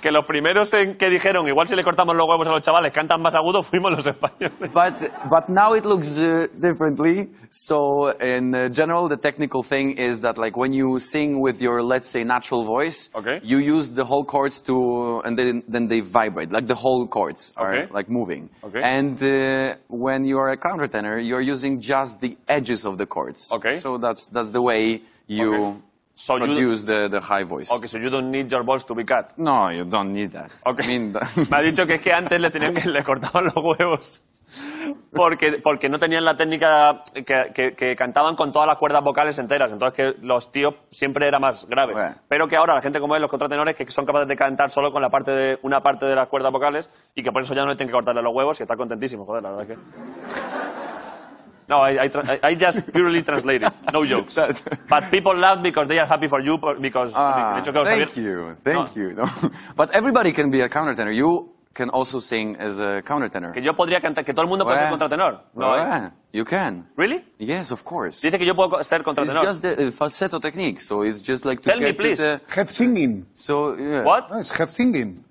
S2: que los primeros en que dijeron, igual si le cortamos los huevos a los chavales, cantan más agudo, fuimos los españoles.
S6: But but now it looks uh, differently. So in uh, general, the technical thing is that like when you sing with your let's say natural voice,
S2: Okay.
S6: you use the whole chords to and then then they vibrate like the whole chords are
S2: Okay.
S6: like moving.
S2: Okay.
S6: And uh, when you are a countertenor, you're using just the edges of the chords.
S2: Okay.
S6: So that's that's the way you
S2: Okay. So you-
S6: produce the the high voice.
S2: Ok, so you don't need your balls to be cut.
S6: No, you don't need that.
S2: Ok.
S6: I mean.
S2: Me ha dicho que es que antes le, tenían que, le cortaban los huevos. Porque, porque no tenían la técnica que, que- que cantaban con todas las cuerdas vocales enteras. Entonces que los tíos siempre era más grave.
S6: Bueno.
S2: Pero que ahora la gente como es, los contratenores, que son capaces de cantar solo con la parte de, una parte de las cuerdas vocales y que por eso ya no le tienen que cortarle los huevos y está contentísimo. Joder, la verdad es que... No, I, I, tra- I- I just purely translated. No jokes.
S6: That-
S2: But people laugh because they are happy for you por- because...
S6: Ah,
S2: de hecho, claro,
S6: thank
S2: Xavier-
S6: you, thank you. No. But everybody can be a countertenor. You can also sing as a countertenor.
S2: Que yo podría cantar, que todo el mundo puede ser
S6: Well,
S2: contratenor. No, ¿eh?
S6: well, You can.
S2: ¿Really?
S6: Yes, of course.
S2: Dice que yo puedo ser
S6: It's
S2: contratenor.
S6: just the uh, falsetto technique, so it's just like to
S2: Tell
S6: get
S2: me,
S6: to
S2: please.
S6: the-
S4: Head singing.
S6: so yeah.
S2: What?
S4: No, es head singing.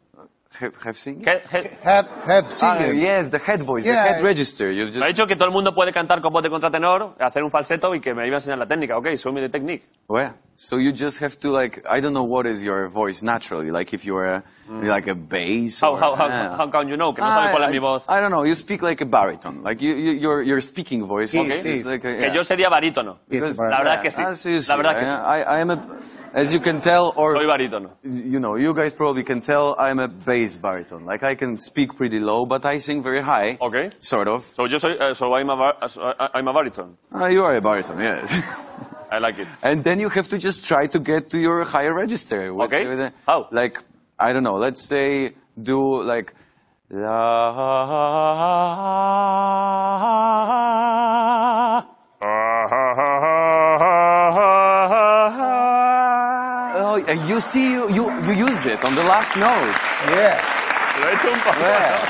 S6: Have, have sing?
S2: Que- que-
S4: Head, head
S6: Ah,
S4: singing.
S6: yes, the head voice,
S4: Yeah.
S6: the head register. You
S2: me ha
S6: just
S2: dicho que todo el mundo puede cantar con voz de contratenor, hacer un falseto y que me iba a enseñar la técnica. Ok, show me the technique.
S6: well, so you just have to like I don't know what is your voice naturally, like if you're a, like a bass.
S2: Mm. How,
S6: or,
S2: how, how,
S6: Ah.
S2: how can you know? Que no
S6: Ah,
S2: sabe cuál es
S6: I-
S2: mi voz.
S6: I don't know. You speak like a baritone. Like you, you your your speaking voice. is-
S2: Okay.
S6: is like a-
S2: Que
S6: yeah.
S2: yo sería barítono.
S4: Yes,
S2: La verdad es que
S6: Ah,
S2: sí. La verdad es que sí.
S6: I, I am a, as you can tell, or
S2: Soy barítono.
S6: you know, you guys probably can tell, I'm a bass baritone. Like I can speak pretty low, but I sing very high.
S2: Okay.
S6: Sort of.
S2: So yo soy, eh, so I'm a, bar- eh, so I- I'm a baritone.
S6: Ah, you are a baritone, yes.
S2: I like it.
S6: and then you have to just try to get to your higher register. with-
S2: Okay.
S6: with a-
S2: How?
S6: Like I don't know. Let's say do like La. Oh, you see, you, you, you used it on the last note.
S4: Yeah.
S2: Lo he hecho un poco.
S6: Eh.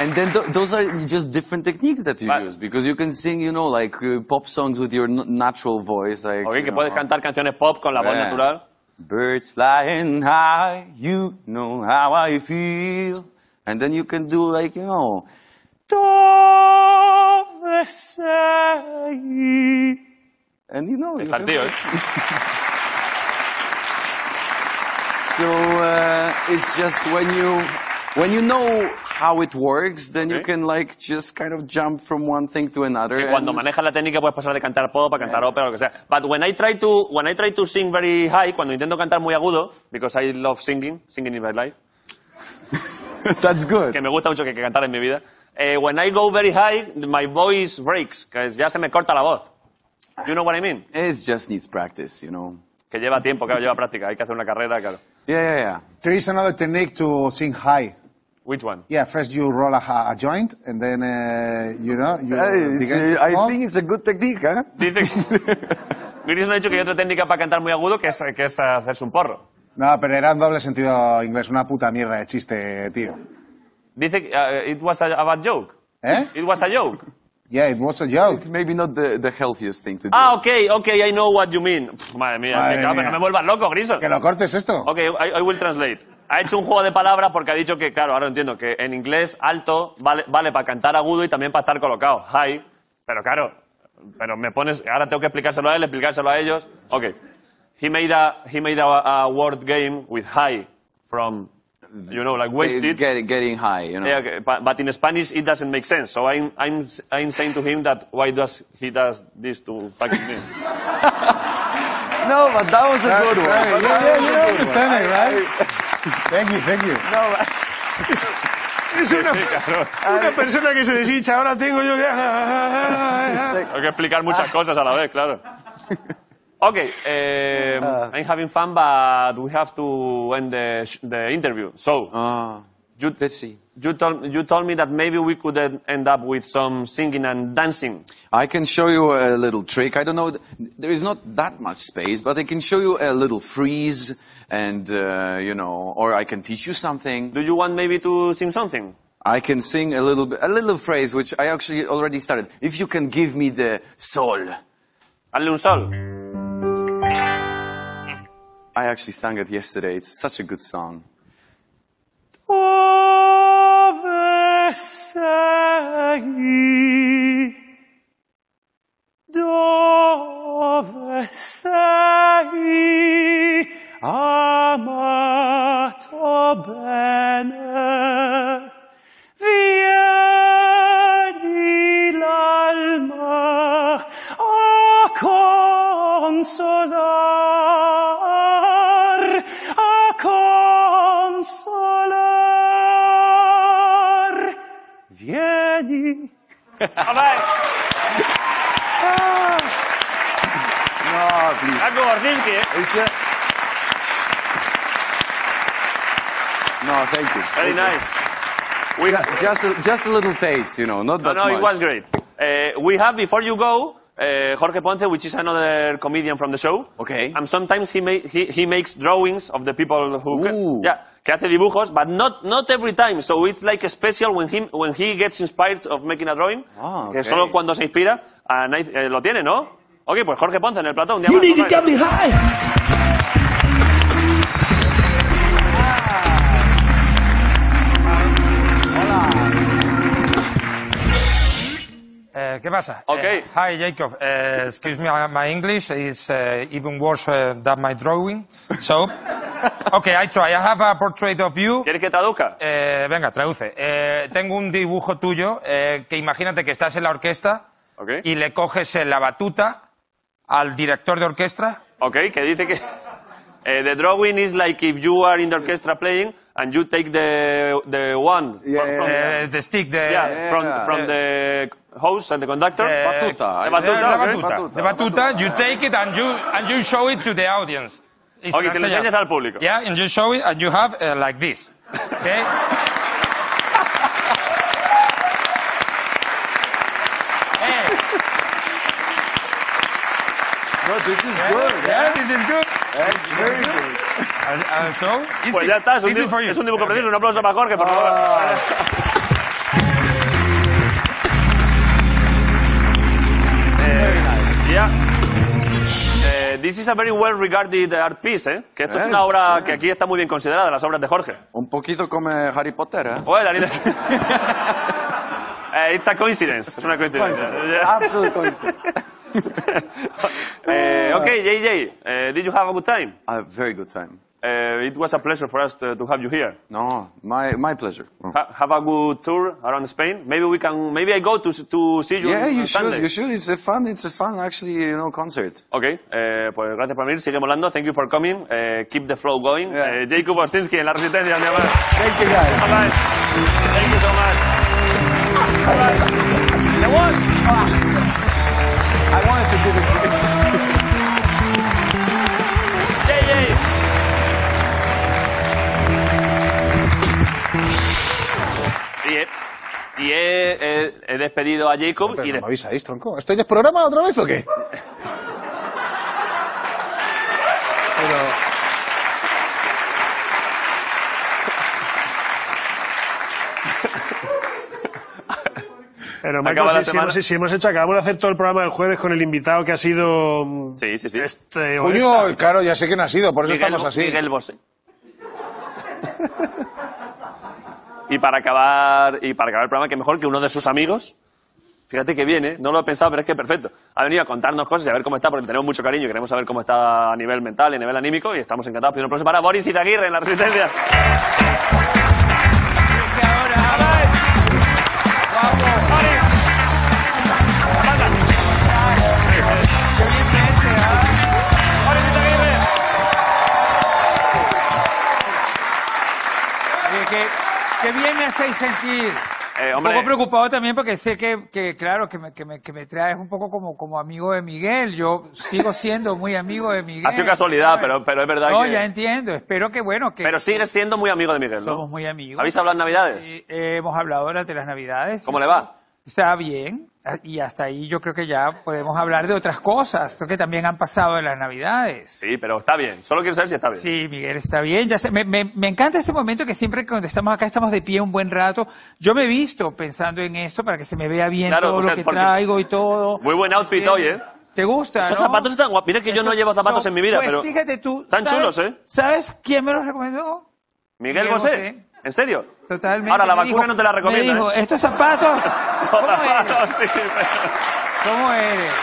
S6: And then th- those are just different techniques that you
S2: Vale.
S6: use because you can sing, you know, like uh, pop songs with your n- natural voice, like
S2: Ok,
S6: you
S2: que
S6: know,
S2: puedes cantar canciones pop con la voz
S6: Yeah.
S2: natural.
S6: birds flying high. You know how I feel, and then you can do like you know. And you know, you can-
S2: Partido, ¿eh?
S6: so uh, it's just when you when you know how it works, then you
S2: Okay.
S6: can like just kind of jump from one thing to another.
S2: Que cuando
S6: and-
S2: manejas la técnica puedes pasar de cantar pop a cantar ópera o lo que sea. But when I try to when I try to sing very high, cuando intento cantar muy agudo, because I love singing, singing is my life,
S6: that's good.
S2: que me gusta mucho que, que cantar en mi vida. eh, when I go very high, my voice breaks, que es- ya se me corta la voz. You know what I mean?
S6: It just needs practice, you know.
S2: Que lleva tiempo, claro, lleva práctica, hay que hacer una carrera, claro.
S6: Yeah, yeah, yeah.
S4: There is another technique to sing high.
S2: Which one?
S4: Yeah, first you roll a, a joint, and then uh, you know you.
S6: Hey, it's,
S4: begin to
S6: uh, I
S4: smoke.
S6: think it's a good technique, huh?
S2: Dice que... Grison ha dicho que hay otra técnica para cantar muy agudo que es, que es hacerse un porro.
S4: No, pero era en doble sentido inglés, una puta mierda de chiste, tío.
S2: Dice que eh, it was a, a bad joke.
S4: ¿Eh?
S2: It was a joke.
S4: Yeah, it was a joke.
S6: It's maybe not the, the healthiest thing to do.
S2: Ah, ok, ok, I know what you mean. Pff, madre mía,
S4: Madre
S2: que- claro,
S4: mía.
S2: pero no me vuelvas loco, Grison.
S4: Que lo cortes esto.
S2: Ok, I, I will translate. Ha hecho un juego de palabras porque ha dicho que, claro, ahora entiendo, que en inglés alto vale, vale para cantar agudo y también para estar colocado. High. Pero claro, pero me pones... Ahora tengo que explicárselo a él, explicárselo a ellos. Ok. He made a, he made a, a word game with high from, you know, like
S6: It-
S2: wasted.
S6: get- getting high, you know.
S2: Yeah, okay, but, but in Spanish it doesn't make sense. So I'm, I'm, I'm saying to him that why does he does this to fucking me?
S6: No, but that was a
S4: Sorry,
S6: good one.
S4: sorry.
S6: But
S4: Yeah,
S6: that
S4: yeah,
S6: was a
S4: you
S6: good
S4: understand
S6: one.
S4: it,
S6: I-
S4: right? Thank you, thank you.
S5: Es una, una persona que se deshincha. Ahora tengo yo que...
S2: Hay que explicar muchas cosas a la vez, claro. Ok, eh, I'm having fun, but we have to end the, sh- the interview. So,
S6: Ah,
S2: you,
S6: let's see.
S2: you, told, you told me that maybe we could en- end up with some singing and dancing.
S6: I can show you a little trick. I don't know. th- There is not that much space, but I can show you a little freeze, and uh, you know, or I can teach you something.
S2: Do you want maybe to sing something?
S6: I can sing a little, bit, a little phrase which I actually already started. If you can give me the sol,
S2: Hazle un sol.
S6: I actually sang it yesterday. It's such a good song.
S2: All right.
S6: No, please.
S2: Paco Borcinski, ¿eh?
S6: It's a... No, thank you.
S2: Very nice. We have,
S6: Just a, just a little taste, you know, not
S2: no,
S6: that
S2: Ah, no,
S6: much.
S2: it was great. Eh, we have, before you go, eh, Jorge Ponce, which is another comedian from the show.
S6: Okay.
S2: And sometimes he, ma- he, he makes drawings of the people who... ca-
S6: Ooh.
S2: yeah, que hace dibujos, but not, not every time. So it's like a special when he, when he gets inspired of making a drawing.
S6: Ah,
S2: Que
S6: okay.
S2: solo cuando se inspira, and I- eh, lo tiene, ¿no? Ok, pues Jorge Ponce en el platón.
S1: You need to get me high.
S9: Uh, ¿Qué pasa?
S2: Okay.
S9: Uh, hi, Jacob. Uh, excuse me, I- my English is uh, even worse uh, than my drawing. So, okay, I try. I have a portrait of you.
S2: ¿Quieres que traduzca?
S9: Eh, venga, traduce. Eh, tengo un dibujo tuyo eh, que imagínate que estás en la orquesta
S2: Ok.
S9: y le coges eh, la batuta al director de orquesta.
S2: Ok, que dice que... Eh, the drawing is like if you are in the orchestra playing and you take the, the wand
S6: Yeah,
S2: from, from
S9: Eh, the stick de...
S2: Yeah, Eh, from
S6: yeah.
S2: from the host and the conductor.
S9: Eh,
S6: Batuta.
S2: The
S9: Eh,
S2: batuta,
S9: la
S2: okay.
S9: batuta. The batuta, you take it and you, and you show it to the audience. It's
S2: Ok,
S9: an
S2: se lo
S9: answer, yes.
S2: enseñas al público.
S9: Yeah, and you show it, and you have uh, like this. Okay? hey,
S6: But this is good.
S9: yeah, this is good.
S6: Very good.
S9: And, and so, easy.
S2: Pues ya está, es un,
S9: easy
S2: dibujo-
S9: for you.
S2: es un dibujo preciso. Un aplauso para Jorge, por favor. Eh, yeah. Eh, this is a very well regarded art piece, ¿eh? Que esto es
S6: Eh,
S2: una obra
S6: sí.
S2: que aquí está muy bien considerada, las obras de Jorge.
S6: Un poquito como Harry Potter, ¿eh?
S2: Oye, la neta- Eh, it's a coincidence, es una coincidencia.
S8: Absolute coincidence.
S2: Eh, ok, JJ, eh, did you have a good time?
S6: I have very good time.
S2: Eh, it was a pleasure for us to, to have you here.
S6: No, my, my pleasure.
S2: Ha- have a good tour around Spain. Maybe we can. Maybe I go to s- to see you.
S6: Yeah,
S2: on
S6: you
S2: Sunday.
S6: should. You should. It's a fun. It's a fun, actually, you know, concert.
S2: Okay, eh, pues gracias por venir. Sigue molando. Thank you for coming. Eh, keep the flow going.
S6: Yeah.
S2: Eh, Jacob Orsinski en la Resistencia. un día más.
S8: Thank you, guys.
S2: All right. Thank you so much.
S8: I wanted to give it to you.
S2: JJ. Y he, y he- he- he despedido a
S8: Ah,
S2: Jacob
S4: Pero
S2: y
S4: no
S2: de-
S4: me avisáis, tronco. ¿Estoy desprogramado otra vez o qué?
S5: Pero
S2: Acaba la
S5: Michael, si, si
S2: semana.
S5: hemos, si hemos hecho, acabamos de hacer todo el programa del jueves con el invitado que ha sido. mm,
S2: Sí, sí, sí.
S5: Este, o esta.
S4: Coño, claro, ya sé quién ha sido, por eso
S2: Miguel,
S4: Pues estamos así.
S2: Miguel Bosé. y para acabar y para acabar el programa, que mejor que uno de sus amigos. Fíjate que viene, no lo he pensado, pero es que perfecto. Ha venido a contarnos cosas y a ver cómo está, porque le tenemos mucho cariño y queremos saber cómo está a nivel mental y a nivel anímico. Y estamos encantados. Pido un aplauso para Boris Izaguirre en la Resistencia.
S9: Oye, qué, qué bien me hacéis sentir.
S2: Eh,
S9: un
S2: hombre.
S9: poco preocupado también porque sé que, que, claro, que me, que, me, que me traes un poco como, como amigo de Miguel. Yo sigo siendo muy amigo de Miguel.
S2: Ha sido casualidad,
S9: ¿sabes?
S2: pero, pero es verdad
S9: No,
S2: que.
S9: ya entiendo. Espero que, bueno, que
S2: Pero sigue siendo muy amigo de Miguel, ¿no?
S9: somos muy amigos.
S2: ¿Habéis hablado en Navidades?
S9: Sí, eh, hemos hablado durante las Navidades.
S2: ¿Cómo
S9: Sí,
S2: le
S9: sí.
S2: va?
S9: Está bien. Y hasta ahí yo creo que ya podemos hablar de otras cosas creo que también han pasado en las Navidades.
S2: Sí, pero está bien. Solo quiero saber si está bien.
S9: Sí, Miguel, está bien. Ya sé, me, me- me encanta este momento que siempre cuando estamos acá estamos de pie un buen rato. Yo me he visto pensando en esto para que se me vea bien
S2: Claro,
S9: todo
S2: o sea,
S9: lo que
S2: porque-
S9: traigo y todo.
S2: Muy buen outfit hoy, ¿eh?
S9: ¿Te gusta?
S2: Esos
S9: no?
S2: zapatos están guapos. Mira que yo no llevo zapatos
S9: son-
S2: en mi vida,
S9: pues
S2: pero-
S9: fíjate tú.
S2: Están
S9: ¿sabes-
S2: chulos, ¿eh?
S9: ¿Sabes quién me los recomendó?
S2: Miguel,
S9: Miguel
S2: Bosé.
S9: Bosé.
S2: ¿En serio?
S9: Totalmente.
S2: Ahora, la
S9: Me
S2: vacuna
S9: dijo-
S2: no te la recomiendo,
S9: Me dijo,
S2: ¿eh?
S9: estos zapatos. ¿Cómo eres?
S2: Sí,
S9: Eh,
S2: pero-
S9: ¿Cómo eres?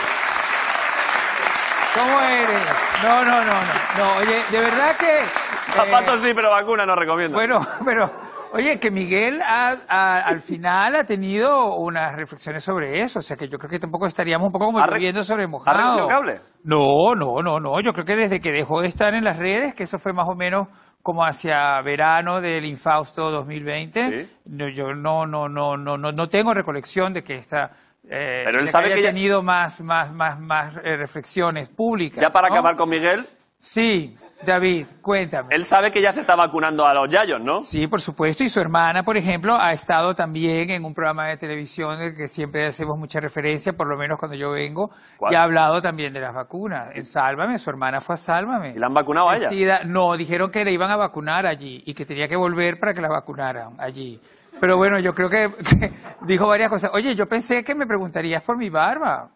S9: ¿Cómo eres? No, no, no, no. No, oye, de verdad que. eh,
S2: Zapatos sí, pero vacuna no recomiendo.
S9: Bueno, pero oye, que Miguel ha- ha- al final ha tenido unas reflexiones sobre eso, o sea que yo creo que tampoco estaríamos un poco como
S2: ¿Ha re-
S9: lloviendo sobre
S2: ¿Ha recogido
S9: mojado.
S2: cable?
S9: No, no, no, no, yo creo que desde que dejó de estar en las redes, que eso fue más o menos como hacia verano del infausto 2020,
S2: Sí.
S9: no, yo no, no, no, no, no, no tengo recolección de que esta eh,
S2: Pero él
S9: de que
S2: sabe
S9: haya
S2: que ya-
S9: tenido más, más, más, más eh, reflexiones públicas.
S2: Ya para
S9: ¿no?
S2: acabar con Miguel,
S9: Sí, David, cuéntame.
S2: él sabe que ya se está vacunando a los yayos, ¿no?
S9: Sí, por supuesto. Y su hermana, por ejemplo, ha estado también en un programa de televisión del que siempre hacemos mucha referencia, por lo menos cuando yo vengo,
S2: ¿Cuál?
S9: y ha hablado también de las vacunas. En Sálvame, su hermana fue a Sálvame.
S2: ¿Y la han vacunado a ella?
S9: Vestida- No, dijeron que le iban a vacunar allí y que tenía que volver para que la vacunaran allí. Pero bueno, yo creo que, que dijo varias cosas. Oye, yo pensé que me preguntarías por mi barba.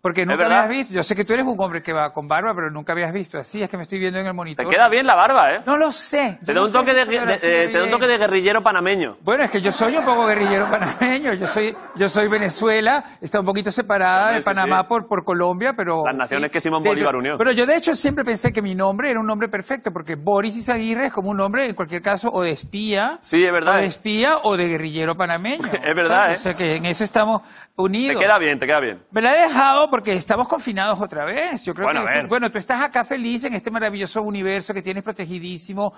S9: Porque nunca me
S2: verdad?
S9: has visto. Yo sé que tú eres un hombre que va con barba, pero nunca habías visto así. Es que me estoy viendo en el
S2: Te
S9: monitor.
S2: queda bien la barba, ¿eh?
S9: No lo sé. Yo
S2: Te da
S9: no
S2: un
S9: sé
S2: toque
S9: si
S2: de,
S9: esto me lo
S2: de- eh,
S9: hace
S2: te da un
S9: bien.
S2: toque de guerrillero panameño.
S9: Bueno, es que yo soy un poco guerrillero panameño. Yo soy, yo soy Venezuela, está un poquito separada
S2: Hombre,
S9: de
S2: sí,
S9: Panamá
S2: sí.
S9: por, por Colombia, pero.
S2: Las naciones que Simón
S9: De-
S2: Bolívar unió.
S9: Pero yo, de hecho, siempre pensé que mi nombre era un nombre perfecto, porque Boris Izaguirre es como un nombre, en cualquier caso, o de espía.
S2: Sí, es
S9: O
S2: verdad,
S9: de
S2: eh.
S9: espía o de guerrillero panameño.
S2: Es verdad,
S9: ¿sabes?
S2: eh.
S9: O sea que en eso estamos unidos.
S2: Te queda bien, te queda bien.
S9: Me la he dejado porque estamos confinados otra vez. Yo creo
S2: Bueno,
S9: que
S2: a ver.
S9: tú- bueno, tú estás acá feliz en este maravilloso universo que tienes protegidísimo,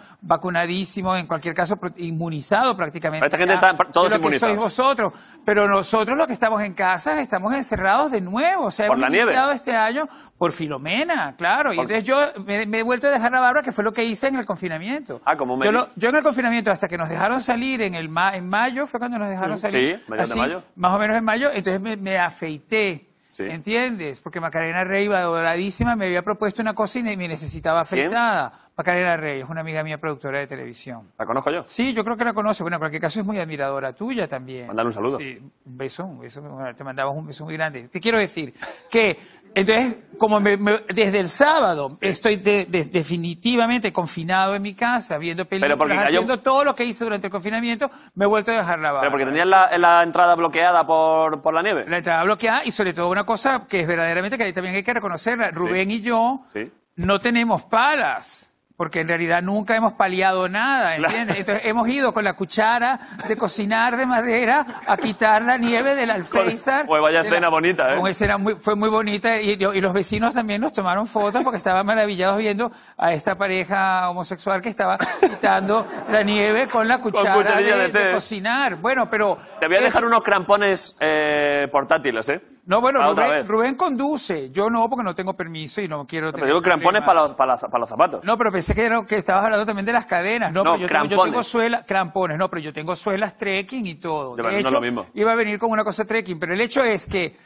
S9: vacunadísimo, en cualquier caso pro- inmunizado prácticamente.
S2: Esta gente
S9: ya,
S2: está- todos
S9: de lo que sois
S2: inmunizados.
S9: vosotros, pero nosotros los que estamos en casa estamos encerrados de nuevo. O sea,
S2: Por
S9: hemos
S2: la nieve.
S9: iniciado este año por Filomena, claro. Y entonces yo me, me he vuelto a dejar la barba, que fue lo que hice en el confinamiento.
S2: Ah, como me-
S9: yo, lo- yo en el confinamiento, hasta que nos dejaron salir en el ma- en mayo, fue cuando nos dejaron
S2: Sí,
S9: salir.
S2: mediados de
S9: así,
S2: mayo.
S9: Más o menos en mayo, entonces me, me afeité.
S2: Sí.
S9: ¿Entiendes? Porque Macarena Rey iba doradísima, me había propuesto una cosa y ne- me necesitaba afeitada. Macarena Rey es una amiga mía productora de televisión.
S2: La conozco yo.
S9: Sí, yo creo que la conoce. Bueno, en cualquier caso es muy admiradora tuya también.
S2: Mándale un saludo.
S9: Sí, un beso, un beso. bueno, Te mandamos un beso muy grande. Te quiero decir que, entonces, como me- me- desde el sábado estoy de- de- definitivamente confinado en mi casa, viendo películas,
S2: porque cayó-
S9: haciendo todo lo que hice durante el confinamiento, me he vuelto a dejar la barba.
S2: Pero porque tenías la, la entrada bloqueada por, por la nieve.
S9: La entrada bloqueada y sobre todo una cosa que es verdaderamente que ahí también hay que reconocerla. Rubén y yo
S2: Sí.
S9: no tenemos palas. Porque en realidad nunca hemos paliado nada, ¿entiendes?
S2: Claro.
S9: Entonces hemos ido con la cuchara de cocinar de madera a quitar la nieve del alféizar.
S2: Pues vaya
S9: De la-
S2: escena bonita, ¿eh?
S9: Una escena muy- fue muy bonita y, y los vecinos también nos tomaron fotos porque estaban maravillados viendo a esta pareja homosexual que estaba quitando la nieve con la cuchara
S2: cucharilla de
S9: de,
S2: té.
S9: de cocinar. Bueno, pero...
S2: Te voy a
S9: es-
S2: dejar unos crampones eh, portátiles, ¿eh?
S9: no, bueno,
S2: Para otra
S9: Rubén,
S2: vez.
S9: Rubén conduce. Yo no, porque no tengo permiso y no quiero
S2: Te digo crampones
S9: problemas.
S2: para los, para, la- para los zapatos.
S9: No, pero pensé que, era- que estabas hablando también de las cadenas. No,
S2: No,
S9: pero yo, tengo- yo
S2: crampones.
S9: tengo suelas, crampones, no, pero yo tengo suelas trekking y todo.
S2: Ya, pero no es lo mismo.
S9: iba a venir con una cosa trekking, pero el hecho es que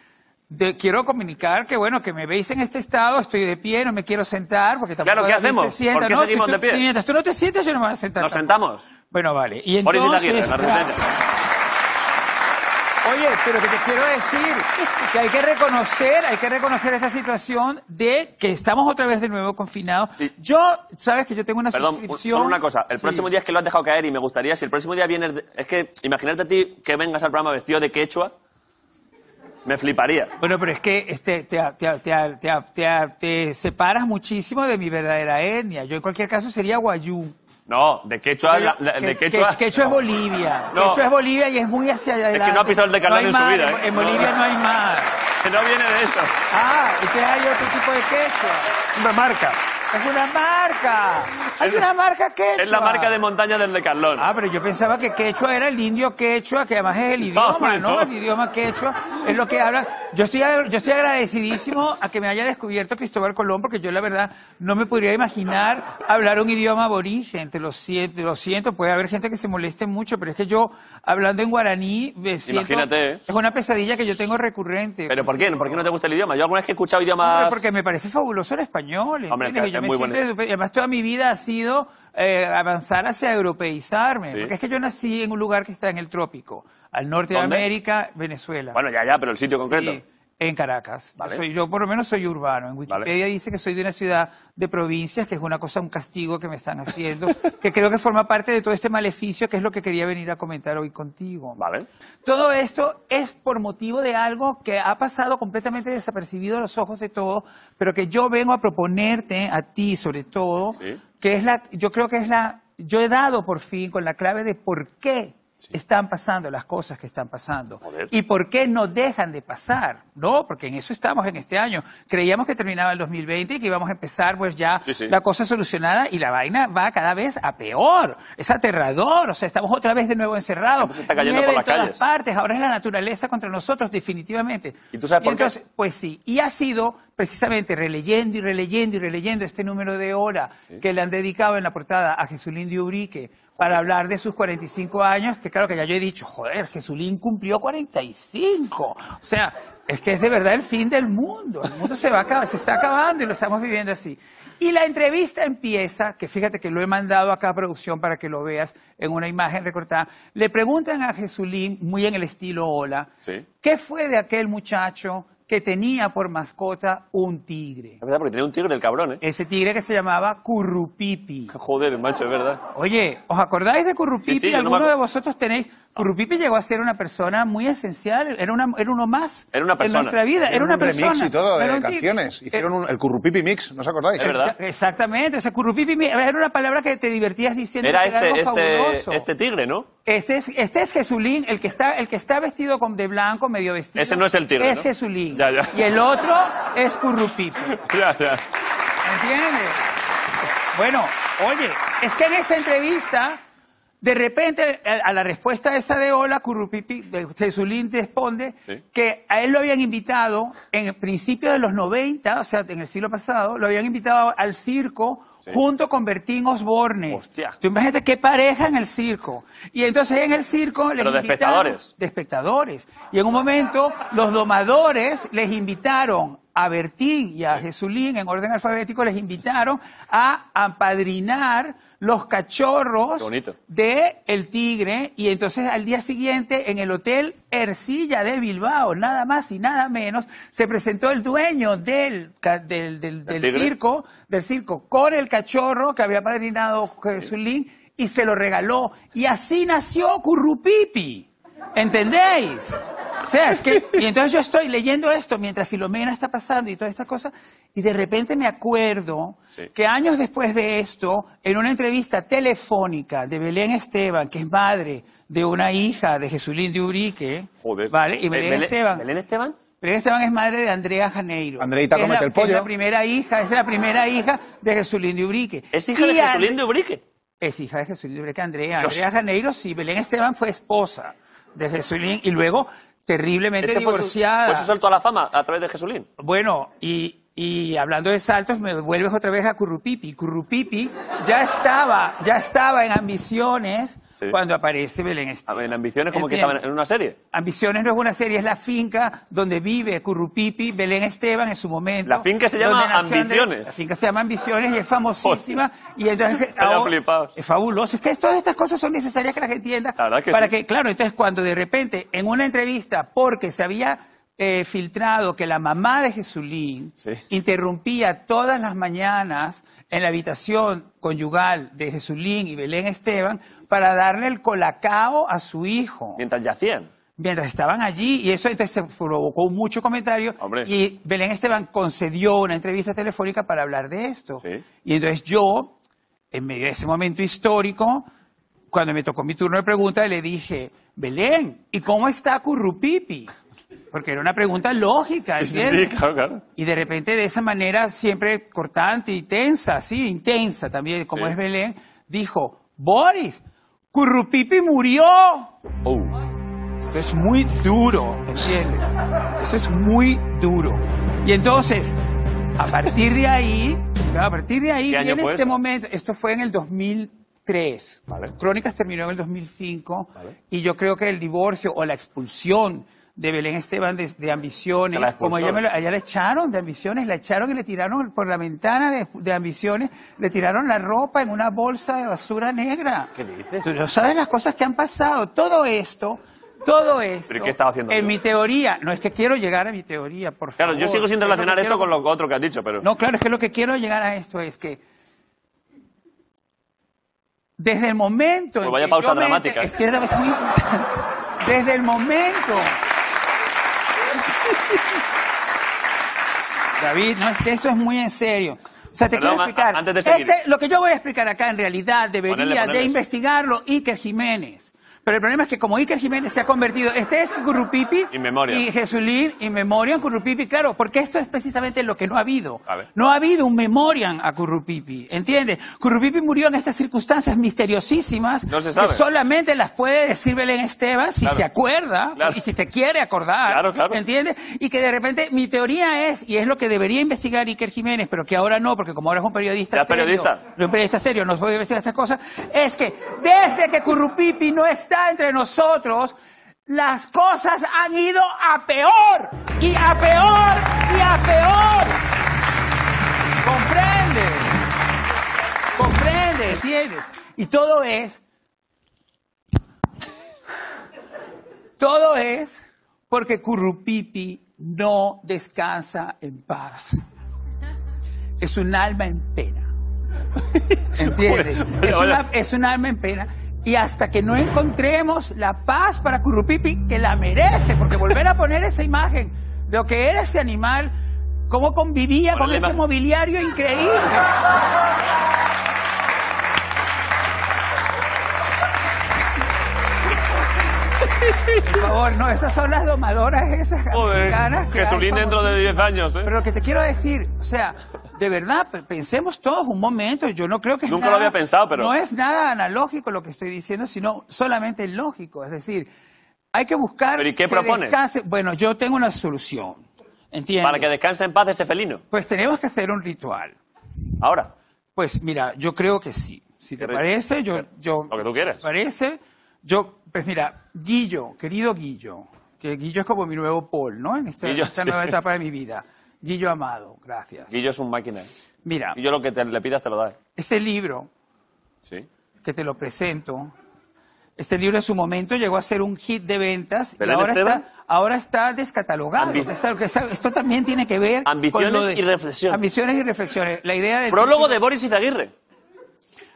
S9: de- quiero comunicar que, bueno, que me veis en este estado, estoy de pie, no me quiero sentar, porque tampoco
S2: Claro, ¿qué
S9: David
S2: hacemos?
S9: se sienta.
S2: ¿Por qué
S9: No,
S2: seguimos
S9: si
S2: de
S9: tú-
S2: pie?
S9: si mientras tú no te sientas, yo no me voy a sentar.
S2: Nos
S9: tampoco.
S2: sentamos.
S9: Bueno, vale. Y
S2: Boris
S9: entonces...
S2: Izaguirre, la resistencia.
S9: Oye, pero que te quiero decir que hay que reconocer, hay que reconocer esta situación de que estamos otra vez de nuevo confinados.
S2: Sí.
S9: Yo, sabes que yo tengo una
S2: Perdón, un-
S9: suscripción.
S2: solo una cosa. El
S9: Sí.
S2: próximo día es que lo has dejado caer y me gustaría, si el próximo día vienes... de- Es que imagínate a ti que vengas al programa vestido de quechua. Me fliparía.
S9: Bueno, pero es que este, te, te- te- te- te- te separas muchísimo de mi verdadera etnia. Yo en cualquier caso sería guayú. Eh,
S2: No, de quechua... la- la-
S9: Que-
S2: de quechua...
S9: que- quechua es Bolivia.
S2: No.
S9: Quechua es Bolivia y es muy hacia adelante.
S2: no ha pisado el Decathlon
S9: hay
S2: en su
S9: mar,
S2: vida, ¿eh?
S9: En Bolivia
S2: No.
S9: no hay mar.
S2: Que no viene de eso.
S9: Ah, entonces hay otro tipo de quechua.
S5: Una marca.
S9: Es una marca. Es una marca quechua.
S2: Es la marca de montaña del Decathlon.
S9: Ah, pero yo pensaba que quechua era el indio quechua, que además es el idioma,
S2: hombre,
S9: ¿no?
S2: no.
S9: El idioma quechua es lo que habla. Yo estoy, agra- yo estoy agradecidísimo a que me haya descubierto Cristóbal Colón, porque yo la verdad no me podría imaginar hablar un idioma aborigen. Te lo siento, lo siento, puede haber gente que se moleste mucho, pero es que yo hablando en guaraní me siento-
S2: Imagínate, ¿eh?
S9: Es una pesadilla que yo tengo recurrente.
S2: ¿Pero por qué? ¿Por qué no te gusta el idioma? Yo alguna vez que he escuchado
S9: Hombre,
S2: idiomas...
S9: porque me parece fabuloso el español.
S2: Hombre,
S9: ¿entiendes?
S2: es
S9: yo me
S2: muy
S9: siento
S2: bueno.
S9: europe- y además toda mi vida ha sido eh, avanzar hacia europeizarme.
S2: Sí.
S9: Porque es que yo nací en un lugar que está en el trópico, al norte
S2: ¿Dónde?
S9: de América, Venezuela.
S2: Bueno, ya, ya, pero el sitio concreto.
S9: Sí, en Caracas.
S2: Vale.
S9: Yo, soy- yo por lo menos soy urbano. En Wikipedia dice que soy de una ciudad de provincias, que es una cosa, un castigo que me están haciendo, que creo que forma parte de todo este maleficio, que es lo que quería venir a comentar hoy contigo.
S2: Vale.
S9: Todo esto es por motivo de algo que ha pasado completamente desapercibido a los ojos de todos, pero que yo vengo a proponerte a ti sobre todo,
S2: Sí.
S9: que es la, yo creo que es la, yo he dado por fin con la clave de por qué están pasando las cosas que están pasando
S2: Joder.
S9: y por qué no dejan de pasar, ¿no? Porque en eso estamos en este año. Creíamos que terminaba el 2020 y que íbamos a empezar pues ya
S2: Sí, sí.
S9: la cosa solucionada y la vaina va cada vez a peor. Es aterrador, o sea, estamos otra vez de nuevo encerrados.
S2: gente se está cayendo
S9: Nieve
S2: por
S9: en
S2: las
S9: todas
S2: calles.
S9: partes, ahora es la naturaleza contra nosotros, definitivamente.
S2: ¿Y tú sabes por qué?
S9: entonces, Pues sí, y ha sido precisamente releyendo y releyendo y releyendo este número de horas que le han dedicado en la portada a Jesulín de Ubrique para hablar de sus 45 años, que claro que ya yo he dicho, joder, Jesulín cumplió 45. O sea, es que es de verdad el fin del mundo. El mundo se va a acabar, se está acabando y lo estamos viviendo así. Y la entrevista empieza, que fíjate que lo he mandado acá a producción para que lo veas en una imagen recortada. Le preguntan a Jesulín, muy en el estilo hola,
S2: Sí.
S9: ¿qué fue de aquel muchacho que tenía por mascota un tigre?
S2: Es verdad, porque tenía un tigre el cabrón, ¿eh?
S9: Ese tigre que se llamaba Currupipi.
S2: Joder, macho, es verdad.
S9: Oye, ¿os acordáis de Currupipi?
S2: Sí, sí, yo no me
S9: ¿Alguno
S2: acu-
S9: de vosotros tenéis? Currupipi llegó a ser una persona muy esencial, era, una, era uno más
S2: Era una persona.
S9: en nuestra vida, era,
S4: Hicieron
S9: una
S4: un
S9: persona.
S4: remix y todo
S9: Era
S4: de
S9: un tigre.
S4: canciones.
S9: Eh,
S4: Hicieron un- el Currupipi Mix, ¿no os acordáis?
S2: Es verdad.
S9: Exactamente, o sea, currupipi mi- era una palabra que te divertías diciendo
S2: Era
S9: que era
S2: este,
S9: algo
S2: este,
S9: fabuloso.
S2: este tigre, ¿no?
S9: Este es, este es Jesulín, el que está, el que está vestido con, de blanco, medio vestido.
S2: Ese no es el tigre,
S9: Es
S2: ¿no?
S9: Jesulín.
S2: Ya, ya.
S9: Y el otro es Currupito.
S2: Ya, ya.
S9: ¿Entiendes? Bueno, oye, es que en esa entrevista, de repente, eh, a a la respuesta esa de hola, Currupipi, de Jesulín responde
S2: Sí.
S9: que a él lo habían invitado en el principio de los 90, o sea, en el siglo pasado, lo habían invitado al circo junto con Bertín Osborne.
S2: Hostia.
S9: Tú imagínate qué pareja en el circo. Y entonces en el circo les
S2: Pero de
S9: invitaron-
S2: espectadores.
S9: de espectadores. Y en un momento, los domadores les invitaron a Bertín y a Jesulín, en orden alfabético, les invitaron a apadrinar los cachorros
S2: Qué bonito.
S9: de el tigre y entonces al día siguiente en el hotel Ercilla de Bilbao nada más y nada menos se presentó el dueño del ca- del, del- del
S2: tigre?
S9: circo del circo con el cachorro que había padrinado Jesulín y se lo regaló y así nació Currupipi ¿entendéis? O sea, es que y entonces yo estoy leyendo esto mientras Filomena está pasando y toda esta cosa y de repente me acuerdo
S2: Sí.
S9: que años después de esto, en una entrevista telefónica de Belén Esteban, que es madre de una hija de Jesulín de Urique,
S2: Joder.
S9: ¿vale? Y
S2: Eh,
S9: Belén,
S2: Belén-
S9: Esteban.
S2: ¿Belén Esteban?
S9: Belén Esteban es madre de Andrea Janeiro.
S4: Andreita,
S9: que es
S4: cómete
S9: la-
S4: el
S9: que Es la
S4: pollo.
S9: primera hija, es la primera hija de Jesulín de Urique.
S2: Es hija
S9: Y
S2: de
S9: Andre-
S2: Jesulín de Ubrique.
S9: es hija de Jesulín de Breca Andrea.
S2: Dios.
S9: Andrea Janeiro, sí, Belén Esteban fue esposa de Jesulín y luego terriblemente
S2: Ese fue su,
S9: divorciada.
S2: fue su salto a la fama a través de Jesulín.
S9: Bueno, y, y hablando de saltos, me vuelves otra vez a Currupipi. Currupipi ya estaba, ya estaba en Ambiciones
S2: Sí.
S9: cuando aparece Belén
S2: A
S9: Esteban.
S2: ver, en ambiciones como que
S9: Entiendo.
S2: estaban en una serie.
S9: Ambiciones no es una serie, es la finca donde vive Currupipi, Belén Esteban en su momento.
S2: La finca se llama
S9: donde nació Andrés-
S2: Ambiciones.
S9: la finca se llama Ambiciones y es famosísima. Y entonces,
S2: Vaya
S9: ahora-
S2: flipaos.
S9: es fabuloso. Es que todas estas cosas son necesarias que la gente entienda.
S2: La verdad que
S9: para
S2: sí.
S9: que, claro, entonces cuando de repente en una entrevista, porque se había eh, filtrado que la mamá de Jesulín
S2: Sí.
S9: interrumpía todas las mañanas en la habitación conyugal de Jesulín y Belén Esteban para darle el colacao a su hijo
S2: Mientras yacían.
S9: mientras estaban allí y eso entonces se provocó mucho comentario
S2: Hombre.
S9: y Belén Esteban concedió una entrevista telefónica para hablar de esto
S2: Sí.
S9: y entonces yo en medio de ese momento histórico cuando me tocó mi turno de pregunta le dije Belén y cómo está Currupipi porque era una pregunta lógica
S2: Sí, sí,
S9: ¿entiendes?
S2: sí, claro, claro.
S9: Y de repente, de esa manera, siempre cortante y tensa, sí, intensa también, como
S2: Sí.
S9: es Belén, dijo, Boris, Currupipi murió.
S2: Oh.
S9: Esto es muy duro, ¿entiendes? Esto es muy duro. Y entonces, a partir de ahí, claro, a partir de ahí
S2: ¿Qué año
S9: viene
S2: fue
S9: este
S2: eso?
S9: momento, esto fue en el 2003.
S2: Vale.
S9: Crónicas terminó en el 2005 y yo creo que el divorcio o la expulsión de Belén Esteban de, de Ambiciones,
S2: Se la expulsó.
S9: como ella me lo- a ella la echaron de Ambiciones, la echaron y le tiraron por la ventana de, de Ambiciones, le tiraron la ropa en una bolsa de basura negra.
S2: ¿Qué dices?
S9: Tú no sabes las cosas que han pasado. Todo esto, todo esto.
S2: ¿Pero qué estaba haciendo
S9: En
S2: yo?
S9: mi teoría, no es que quiero llegar a mi teoría, por favor.
S2: Claro, yo sigo sin
S9: Es lo que
S2: relacionar esto
S9: quiero-
S2: con lo otro que has dicho, pero...
S9: no, claro, es que lo que quiero llegar a esto es que desde el momento... en
S2: Pues vaya
S9: que
S2: pausa
S9: yo me enter-
S2: dramática, ¿eh?
S9: Es que es muy importante. Desde el momento... David, no, es que esto es muy en serio. O sea, te
S2: Perdón,
S9: quiero
S2: a-
S9: explicar.
S2: antes de seguir.
S9: Este- lo que yo voy a explicar acá en realidad debería
S2: Ponele, ponele
S9: de
S2: eso.
S9: investigarlo Iker Jiménez. Pero el problema es que como Iker Jiménez se ha convertido, este es Gurupipi
S2: In memoriam.
S9: y Jesulín y Memoriam Currupipi, claro, porque esto es precisamente lo que no ha habido.
S2: Vale.
S9: No ha habido un Memoriam a Currupipi, ¿entiendes? Currupipi murió en estas circunstancias misteriosísimas
S2: No se sabe.
S9: que solamente las puede decir Belén Esteban si
S2: Claro.
S9: se acuerda
S2: Claro.
S9: y si se quiere acordar,
S2: Claro, claro.
S9: ¿entiendes? Y que de repente mi teoría es, y es lo que debería investigar Iker Jiménez, pero que ahora no, porque como ahora es un periodista
S2: Ya es
S9: serio,
S2: periodista.
S9: un periodista serio, no puede investigar estas cosas, es que desde que Currupipi no está entre nosotros, las cosas han ido a peor, y a peor, y a peor. Comprende, comprende, ¿entiendes? Y todo es, todo es porque Currupipi no descansa en paz. Es un alma en pena. ¿Entiendes?
S2: Bueno,
S9: es,
S2: ahora-
S9: una- es un alma en pena. Y hasta que no encontremos la paz para Currupipi, que la merece, porque volver a poner esa imagen de lo que era ese animal, cómo convivía
S2: Poner
S9: con
S2: la
S9: ese
S2: imagen.
S9: mobiliario increíble. Por favor, no, esas son las domadoras esas americanas.
S2: Joder,
S9: que
S2: Jesulín
S9: hay
S2: dentro de 10 años, ¿eh?
S9: Pero lo que te quiero decir, o sea, de verdad, pe- pensemos todos un momento, yo no creo que... es
S2: Nunca lo
S9: nada-
S2: había pensado, pero-
S9: No es nada analógico lo que estoy diciendo, sino solamente lógico, es decir, hay que buscar...
S2: ¿Pero y qué
S9: que
S2: propones?
S9: descanse- Bueno, yo tengo una solución, ¿entiendes?
S2: Para que descanse en paz ese felino.
S9: Pues tenemos que hacer un ritual.
S2: Ahora.
S9: Pues mira, yo creo que sí. Si te
S2: Qué rico.
S9: parece, yo, yo...
S2: Lo que tú quieras.
S9: Si te parece, yo... Pues mira, Guillo, querido Guillo, que Guillo es como mi nuevo Paul, ¿no? En esta,
S2: Guillo,
S9: esta
S2: sí.
S9: nueva etapa de mi vida. Guillo Amado, gracias.
S2: Guillo es un máquina.
S9: Mira,
S2: Guillo lo que te, le pidas te lo da. ¿eh?
S9: este libro
S2: Sí.
S9: que te lo presento, este libro en su momento llegó a ser un hit de ventas y
S2: ¿Belén
S9: ahora
S2: Esteban?
S9: está, ahora está descatalogado.
S2: Ambi-
S9: Es algo que es algo- Esto también tiene que ver con
S2: Ambiciones
S9: lo de-
S2: y reflexiones.
S9: Ambiciones y reflexiones. La idea del
S2: Prólogo de Boris Izaguirre.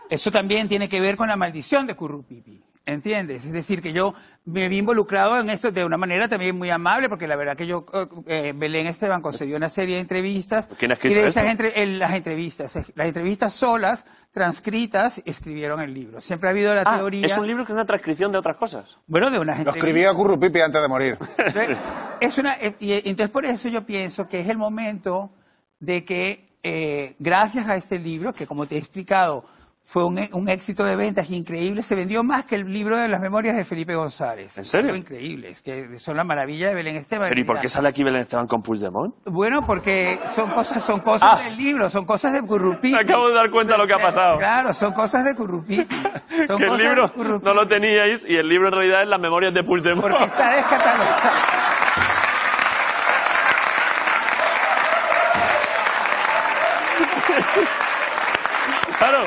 S9: Eso también tiene que ver con la maldición de Currupipi. ¿Entiendes? Es decir, que yo me vi involucrado en esto de una manera también muy amable, porque la verdad que yo, eh, eh, Belén Esteban concedió una serie de entrevistas.
S2: ¿Quién ha escrito
S9: y de esas
S2: esto?
S9: entre- en las entrevistas, eh, las entrevistas solas, transcritas, escribieron el libro. Siempre ha habido la
S2: Ah,
S9: teoría. Pues
S2: es un libro que es una transcripción de otras cosas.
S9: Bueno, de unas
S4: Lo
S9: entrevistas.
S4: escribí a Currupipi antes de morir.
S9: Entonces, Es una, eh, y eh, entonces por eso yo pienso que es el momento de que, eh, gracias a este libro, que como te he explicado, fue un, e- un éxito de ventas increíble, se vendió más que el libro de las memorias de Felipe González.
S2: ¿En serio?
S9: Fue increíble, es que son la maravilla de Belén Esteban.
S2: Pero ¿y por
S9: Mira,
S2: qué sale aquí Belén Esteban con Puigdemont?
S9: Bueno, porque son cosas, son cosas
S2: Ah.
S9: del libro, son cosas de Currupipi.
S2: Me acabo de dar cuenta lo que ha pasado.
S9: Claro, son cosas de Currupipi. Son
S2: que el
S9: cosas de
S2: libro
S9: Currupipi.
S2: no lo teníais y el libro en realidad es las memorias de Puigdemont.
S9: Porque está descatalogado.
S2: Claro.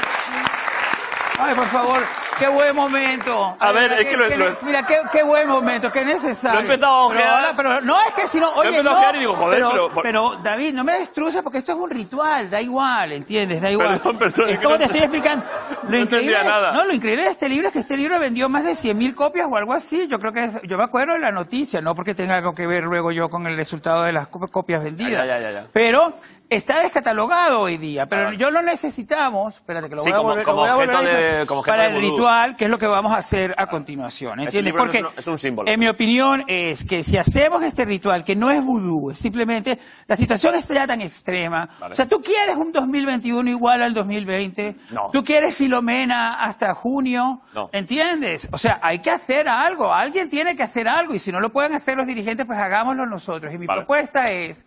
S9: Ay, por favor, qué buen momento.
S2: A ver,
S9: Mira,
S2: es que lo-
S9: qué-
S2: lo-
S9: Mira, qué, qué buen momento, qué necesario.
S2: Lo he empezado a
S9: Pero
S2: ojear.
S9: ahora- pero no, es que si no, oye,
S2: empezado a
S9: no,
S2: ojear y digo, joder, pero-
S9: pero,
S2: por-
S9: pero, David, no me destruyas porque esto es un ritual, da igual, ¿entiendes? Da igual.
S2: Perdón, perdón,
S9: Es
S2: es que
S9: como
S2: no
S9: te
S2: te-
S9: estoy explicando. Lo
S2: no
S9: increíble,
S2: entendía nada.
S9: No, lo increíble de este libro es que este libro vendió más de 100.000 copias o algo así. Yo creo que es- yo me acuerdo de la noticia, no porque tenga algo que ver luego yo con el resultado de las cop- copias vendidas.
S2: Ya, ya, ya, ya.
S9: Pero está descatalogado hoy día,
S2: Ah,
S9: pero
S2: vale.
S9: yo lo necesitamos, espérate que lo
S2: Sí,
S9: voy a
S2: como-
S9: volver, lo
S2: como
S9: voy a
S2: objeto
S9: volver a
S2: de-
S9: decir,
S2: como objeto
S9: para
S2: de
S9: el
S2: vudú.
S9: ritual, que es lo que vamos a hacer a continuación, ¿entiendes?
S2: libro
S9: Porque
S2: es un- es un símbolo.
S9: en mi opinión es que si hacemos este ritual, que no es vudú, es simplemente la situación está ya tan extrema.
S2: Vale.
S9: O sea, tú quieres un 2021 igual al 2020,
S2: No.
S9: tú quieres Filomena hasta junio,
S2: No.
S9: ¿entiendes? O sea, hay que hacer algo, alguien tiene que hacer algo y si no lo pueden hacer los dirigentes, pues hagámoslo nosotros. Y mi
S2: Vale.
S9: propuesta es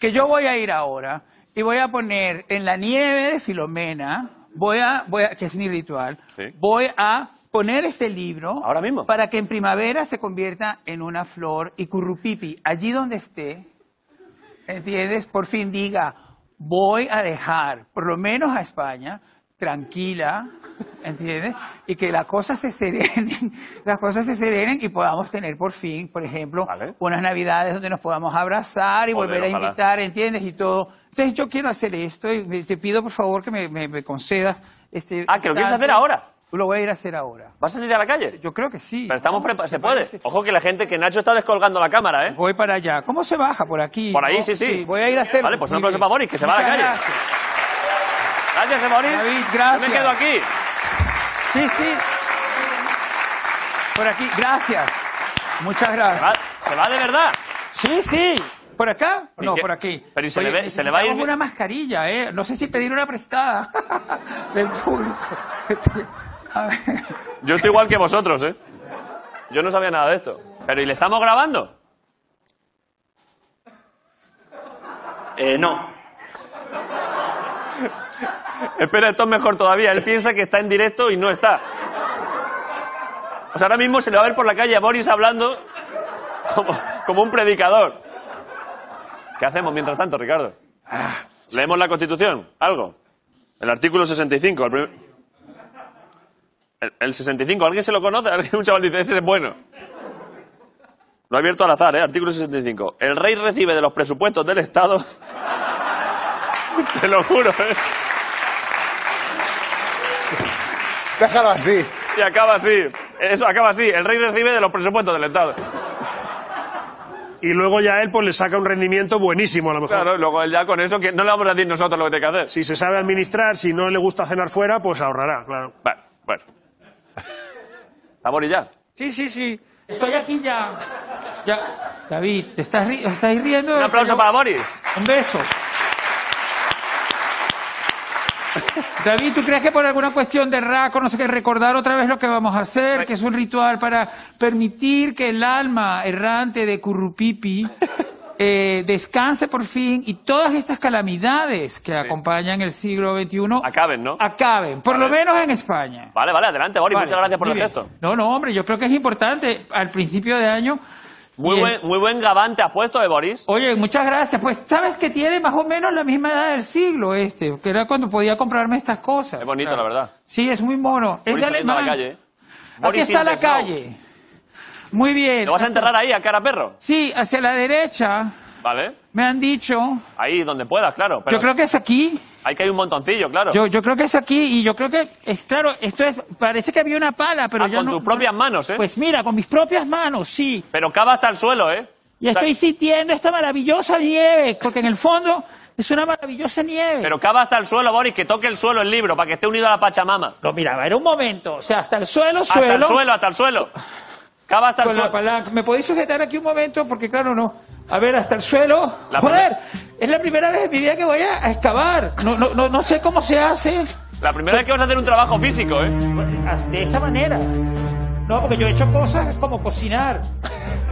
S9: que yo voy a ir ahora y voy a poner en la nieve de Filomena, voy a, voy a- que es mi ritual,
S2: Sí.
S9: voy a poner este libro
S2: Ahora mismo.
S9: para que en primavera se convierta en una flor y Currupipi, allí donde esté, ¿entiendes? Por fin diga, voy a dejar, por lo menos a España, tranquila, ¿entiendes? Y que las cosas se serenen, las cosas se serenen y podamos tener por fin, por ejemplo,
S2: Vale.
S9: unas navidades donde nos podamos abrazar y
S2: Joder,
S9: volver a
S2: ojalá.
S9: invitar, ¿entiendes? Y todo. Entonces yo quiero hacer esto y me- te pido por favor que me, me- me concedas este...
S2: Ah, ¿que lo quieres
S9: instante.
S2: hacer ahora?
S9: Lo voy a ir a hacer ahora.
S2: ¿Vas a salir a la calle?
S9: Yo creo que sí.
S2: Pero estamos
S9: ¿no?
S2: preparados. ¿Se
S9: Me
S2: puede?
S9: parece.
S2: Ojo que la gente, que Nacho está descolgando la cámara, ¿eh?
S9: Voy para allá. ¿Cómo se baja? ¿Por aquí?
S2: Por ahí,
S9: ¿no?
S2: sí, sí.
S9: Voy a ir a hacer.
S2: Vale, pues un aplauso para Boris, que se va a la
S9: Muchas
S2: calle.
S9: gracias.
S2: Gracias, Emorín.
S9: David, gracias.
S2: Yo me quedo aquí.
S9: Sí, sí. Por aquí, gracias. Muchas
S2: Se
S9: gracias.
S2: va, se va de verdad.
S9: Sí, sí. ¿Por acá?
S2: ¿Y
S9: No,
S2: qué?
S9: por aquí.
S2: Pero ¿y se le ve- se le va a ir
S9: necesitamos
S2: bien?
S9: una mascarilla, ¿eh? No sé si pedir una prestada del público. A ver.
S2: Yo estoy igual que vosotros, ¿eh? Yo no sabía nada de esto. Pero ¿y le estamos grabando?
S10: Eh, no.
S2: Espera, esto es mejor todavía. Él piensa que está en directo y no está. O sea, ahora mismo se le va a ver por la calle a Boris hablando como, como un predicador. ¿Qué hacemos mientras tanto, Ricardo? ¿Leemos la Constitución? ¿Algo? El artículo 65. El, prim- el, el 65. ¿Alguien se lo conoce? ¿Alguien- Un chaval dice, ese es bueno. Lo he abierto al azar, ¿eh? Artículo 65. El rey recibe de los presupuestos del Estado... Te lo juro, ¿eh?
S4: Déjalo así.
S2: Y acaba así. Eso acaba así. El rey recibe de los presupuestos del Estado.
S5: Y luego ya él pues le saca un rendimiento buenísimo a lo mejor.
S2: Claro, y luego él ya con eso, que no le vamos a decir nosotros lo que tiene que hacer.
S5: Si se sabe administrar, si no le gusta cenar fuera, pues ahorrará, claro.
S2: Vale, bueno. Amor y ya.
S9: Sí, sí, sí.
S11: Estoy aquí ya. ya. David, ¿te estás, ri- estáis riendo?
S2: Un aplauso
S11: Pero-
S2: para Boris.
S11: Un beso. David, ¿tú crees que por alguna cuestión de raco, no sé qué, recordar otra vez lo que vamos a hacer, que es un ritual para permitir que el alma errante de Currupipi eh, descanse por fin y todas estas calamidades que acompañan el siglo XXI
S2: Acaben, ¿no?
S11: acaben, por lo
S2: Vale.
S11: menos en España?
S2: Vale, vale, adelante, Boris.
S11: Vale,
S2: Muchas gracias por
S11: muy
S2: el
S11: bien.
S2: gesto.
S11: No, no, hombre, yo creo que es importante al principio de año.
S2: Muy
S11: bien.
S2: buen, muy buen gabante has puesto, eh, Boris.
S11: Oye, muchas gracias. Pues sabes que tiene más o menos la misma edad del siglo este, que era cuando podía comprarme estas cosas.
S2: Es bonito, la verdad.
S11: Sí, es muy mono. Es
S2: Boris
S11: de
S2: saliendo a la
S11: alemán.
S2: calle. eh.
S11: Aquí
S2: Boris
S11: está la
S2: Intes, no.
S11: calle. Muy bien.
S2: ¿Lo vas a enterrar ahí, a cara a perro?
S11: Sí, hacia la derecha
S2: Vale.
S11: me han dicho.
S2: Ahí donde puedas, claro. Pero
S11: yo creo que es aquí.
S2: Ahí que hay un montoncillo, claro.
S11: Yo, yo creo que es aquí y yo creo que es claro. Esto es parece que había una pala, pero
S2: Ah,
S11: yo
S2: con
S11: no-
S2: tus propias manos, ¿eh?
S11: Pues mira, con mis propias manos, sí.
S2: Pero cava hasta el suelo, ¿eh?
S11: Y
S2: O sea,
S11: estoy sintiendo esta maravillosa nieve, porque en el fondo es una maravillosa nieve.
S2: Pero cava hasta el suelo, Boris, que toque el suelo el libro para que esté unido a la Pachamama.
S11: No, mira, a ver, un momento. O sea, hasta el suelo,
S2: Hasta el
S11: suelo.
S2: suelo, hasta el suelo. Cava hasta el
S11: Con la
S2: suelo.
S11: palanca. ¿Me podéis sujetar aquí un momento? Porque claro, no. A ver, hasta el suelo.
S2: La
S11: Joder, es la primera vez en mi vida que voy a a excavar. No, no, no, no sé cómo se hace
S2: La primera vez que vas a hacer un trabajo físico, ¿eh?
S11: de esta manera. No, porque yo he hecho cosas como cocinar,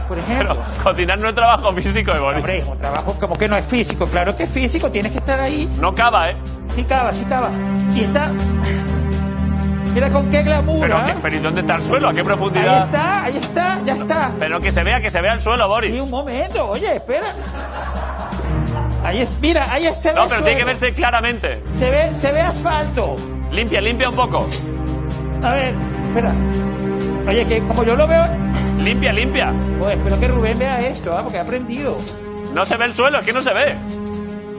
S11: por ejemplo.
S2: Pero cocinar no es trabajo físico, ¿eh, Boris?
S11: Hombre, es un trabajo como que no es físico. Claro que es físico, tienes que estar ahí.
S2: No cava, ¿eh?
S11: Sí cava, sí cava. Y está... Mira con qué glamour,
S2: Pero,
S11: ¿ah?
S2: ¿qué- pero ¿y dónde está el suelo? ¿A qué
S11: Ahí
S2: profundidad?
S11: está, ahí está, ya está.
S2: Pero que se vea, que se vea el suelo,
S11: Sí,
S2: Boris.
S11: un momento, oye, espera. Ahí es, mira, ahí se ve.
S2: No, pero tiene que
S11: suelo.
S2: verse claramente.
S11: Se ve, se ve asfalto.
S2: Limpia, limpia un poco.
S11: A ver, espera. Oye, que como yo lo veo.
S2: Limpia, limpia.
S11: Pues espero que Rubén vea esto, ¿ah? porque ha aprendido.
S2: No se ve el suelo, es que no se ve.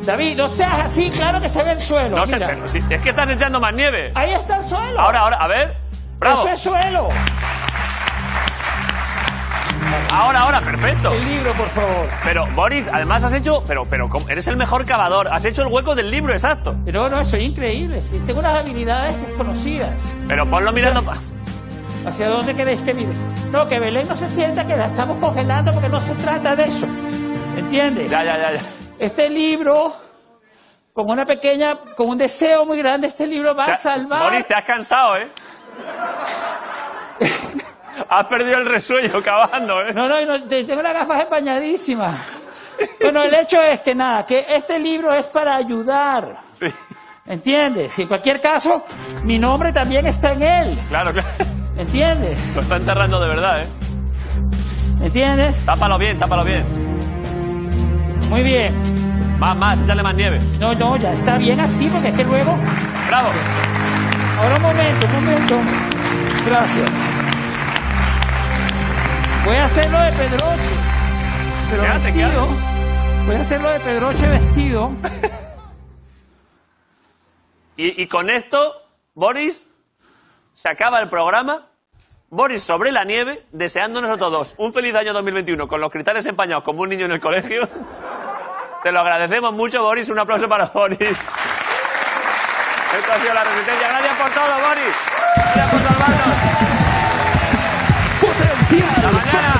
S11: David, no seas así, claro que se ve el suelo.
S2: No se
S11: mira.
S2: pero sí, Es que estás echando más nieve.
S11: Ahí está el suelo.
S2: Ahora, ahora, a ver. Bravo.
S11: Eso es suelo.
S2: Ahora, ahora, perfecto.
S11: El libro, por favor.
S2: Pero, Boris, además has hecho. Pero, pero, ¿cómo? eres el mejor cavador. Has hecho el hueco del libro, exacto.
S11: Pero no, soy increíble. sí, Tengo unas habilidades desconocidas.
S2: Pero ponlo mirando. pa-
S11: ¿Hacia dónde queréis que mire? No, que Belén no se sienta que la estamos congelando porque no se trata de eso. ¿Entiendes?
S2: Ya, ya, ya, ya.
S11: Este libro, con una pequeña, con un deseo muy grande, este libro va
S2: Te
S11: a
S2: ha-
S11: salvar.
S2: Boris, te has cansado, ¿eh? has perdido el resuello cavando, ¿eh?
S11: No, no, no, te- tengo las gafas empañadísimas. Bueno, el hecho es que nada, que este libro es para ayudar.
S2: Sí.
S11: ¿Entiendes? Y en cualquier caso, mi nombre también está en él.
S2: Claro, claro.
S11: ¿Entiendes?
S2: Lo está enterrando de verdad, ¿eh?
S11: ¿Entiendes?
S2: Tápalo bien, tápalo bien.
S11: Muy bien.
S2: Más, más, échale más nieve.
S11: No, no, ya está bien así porque es que luego
S2: Bravo.
S11: Ahora un momento, un momento. Gracias. Voy a hacerlo de Pedroche. Pero
S2: ¿Qué hace? ¿Qué
S11: vestido. Voy a hacerlo de Pedroche vestido.
S2: Y, y con esto, Boris, se acaba el programa. Boris sobre la nieve, deseándonos a todos un feliz año 2021 con los cristales empañados como un niño en el colegio. Te lo agradecemos mucho, Boris. Un aplauso para Boris. Esto ha sido la resistencia. Gracias por todo, Boris. Gracias por salvarnos.
S12: Potencial.
S2: Hasta mañana.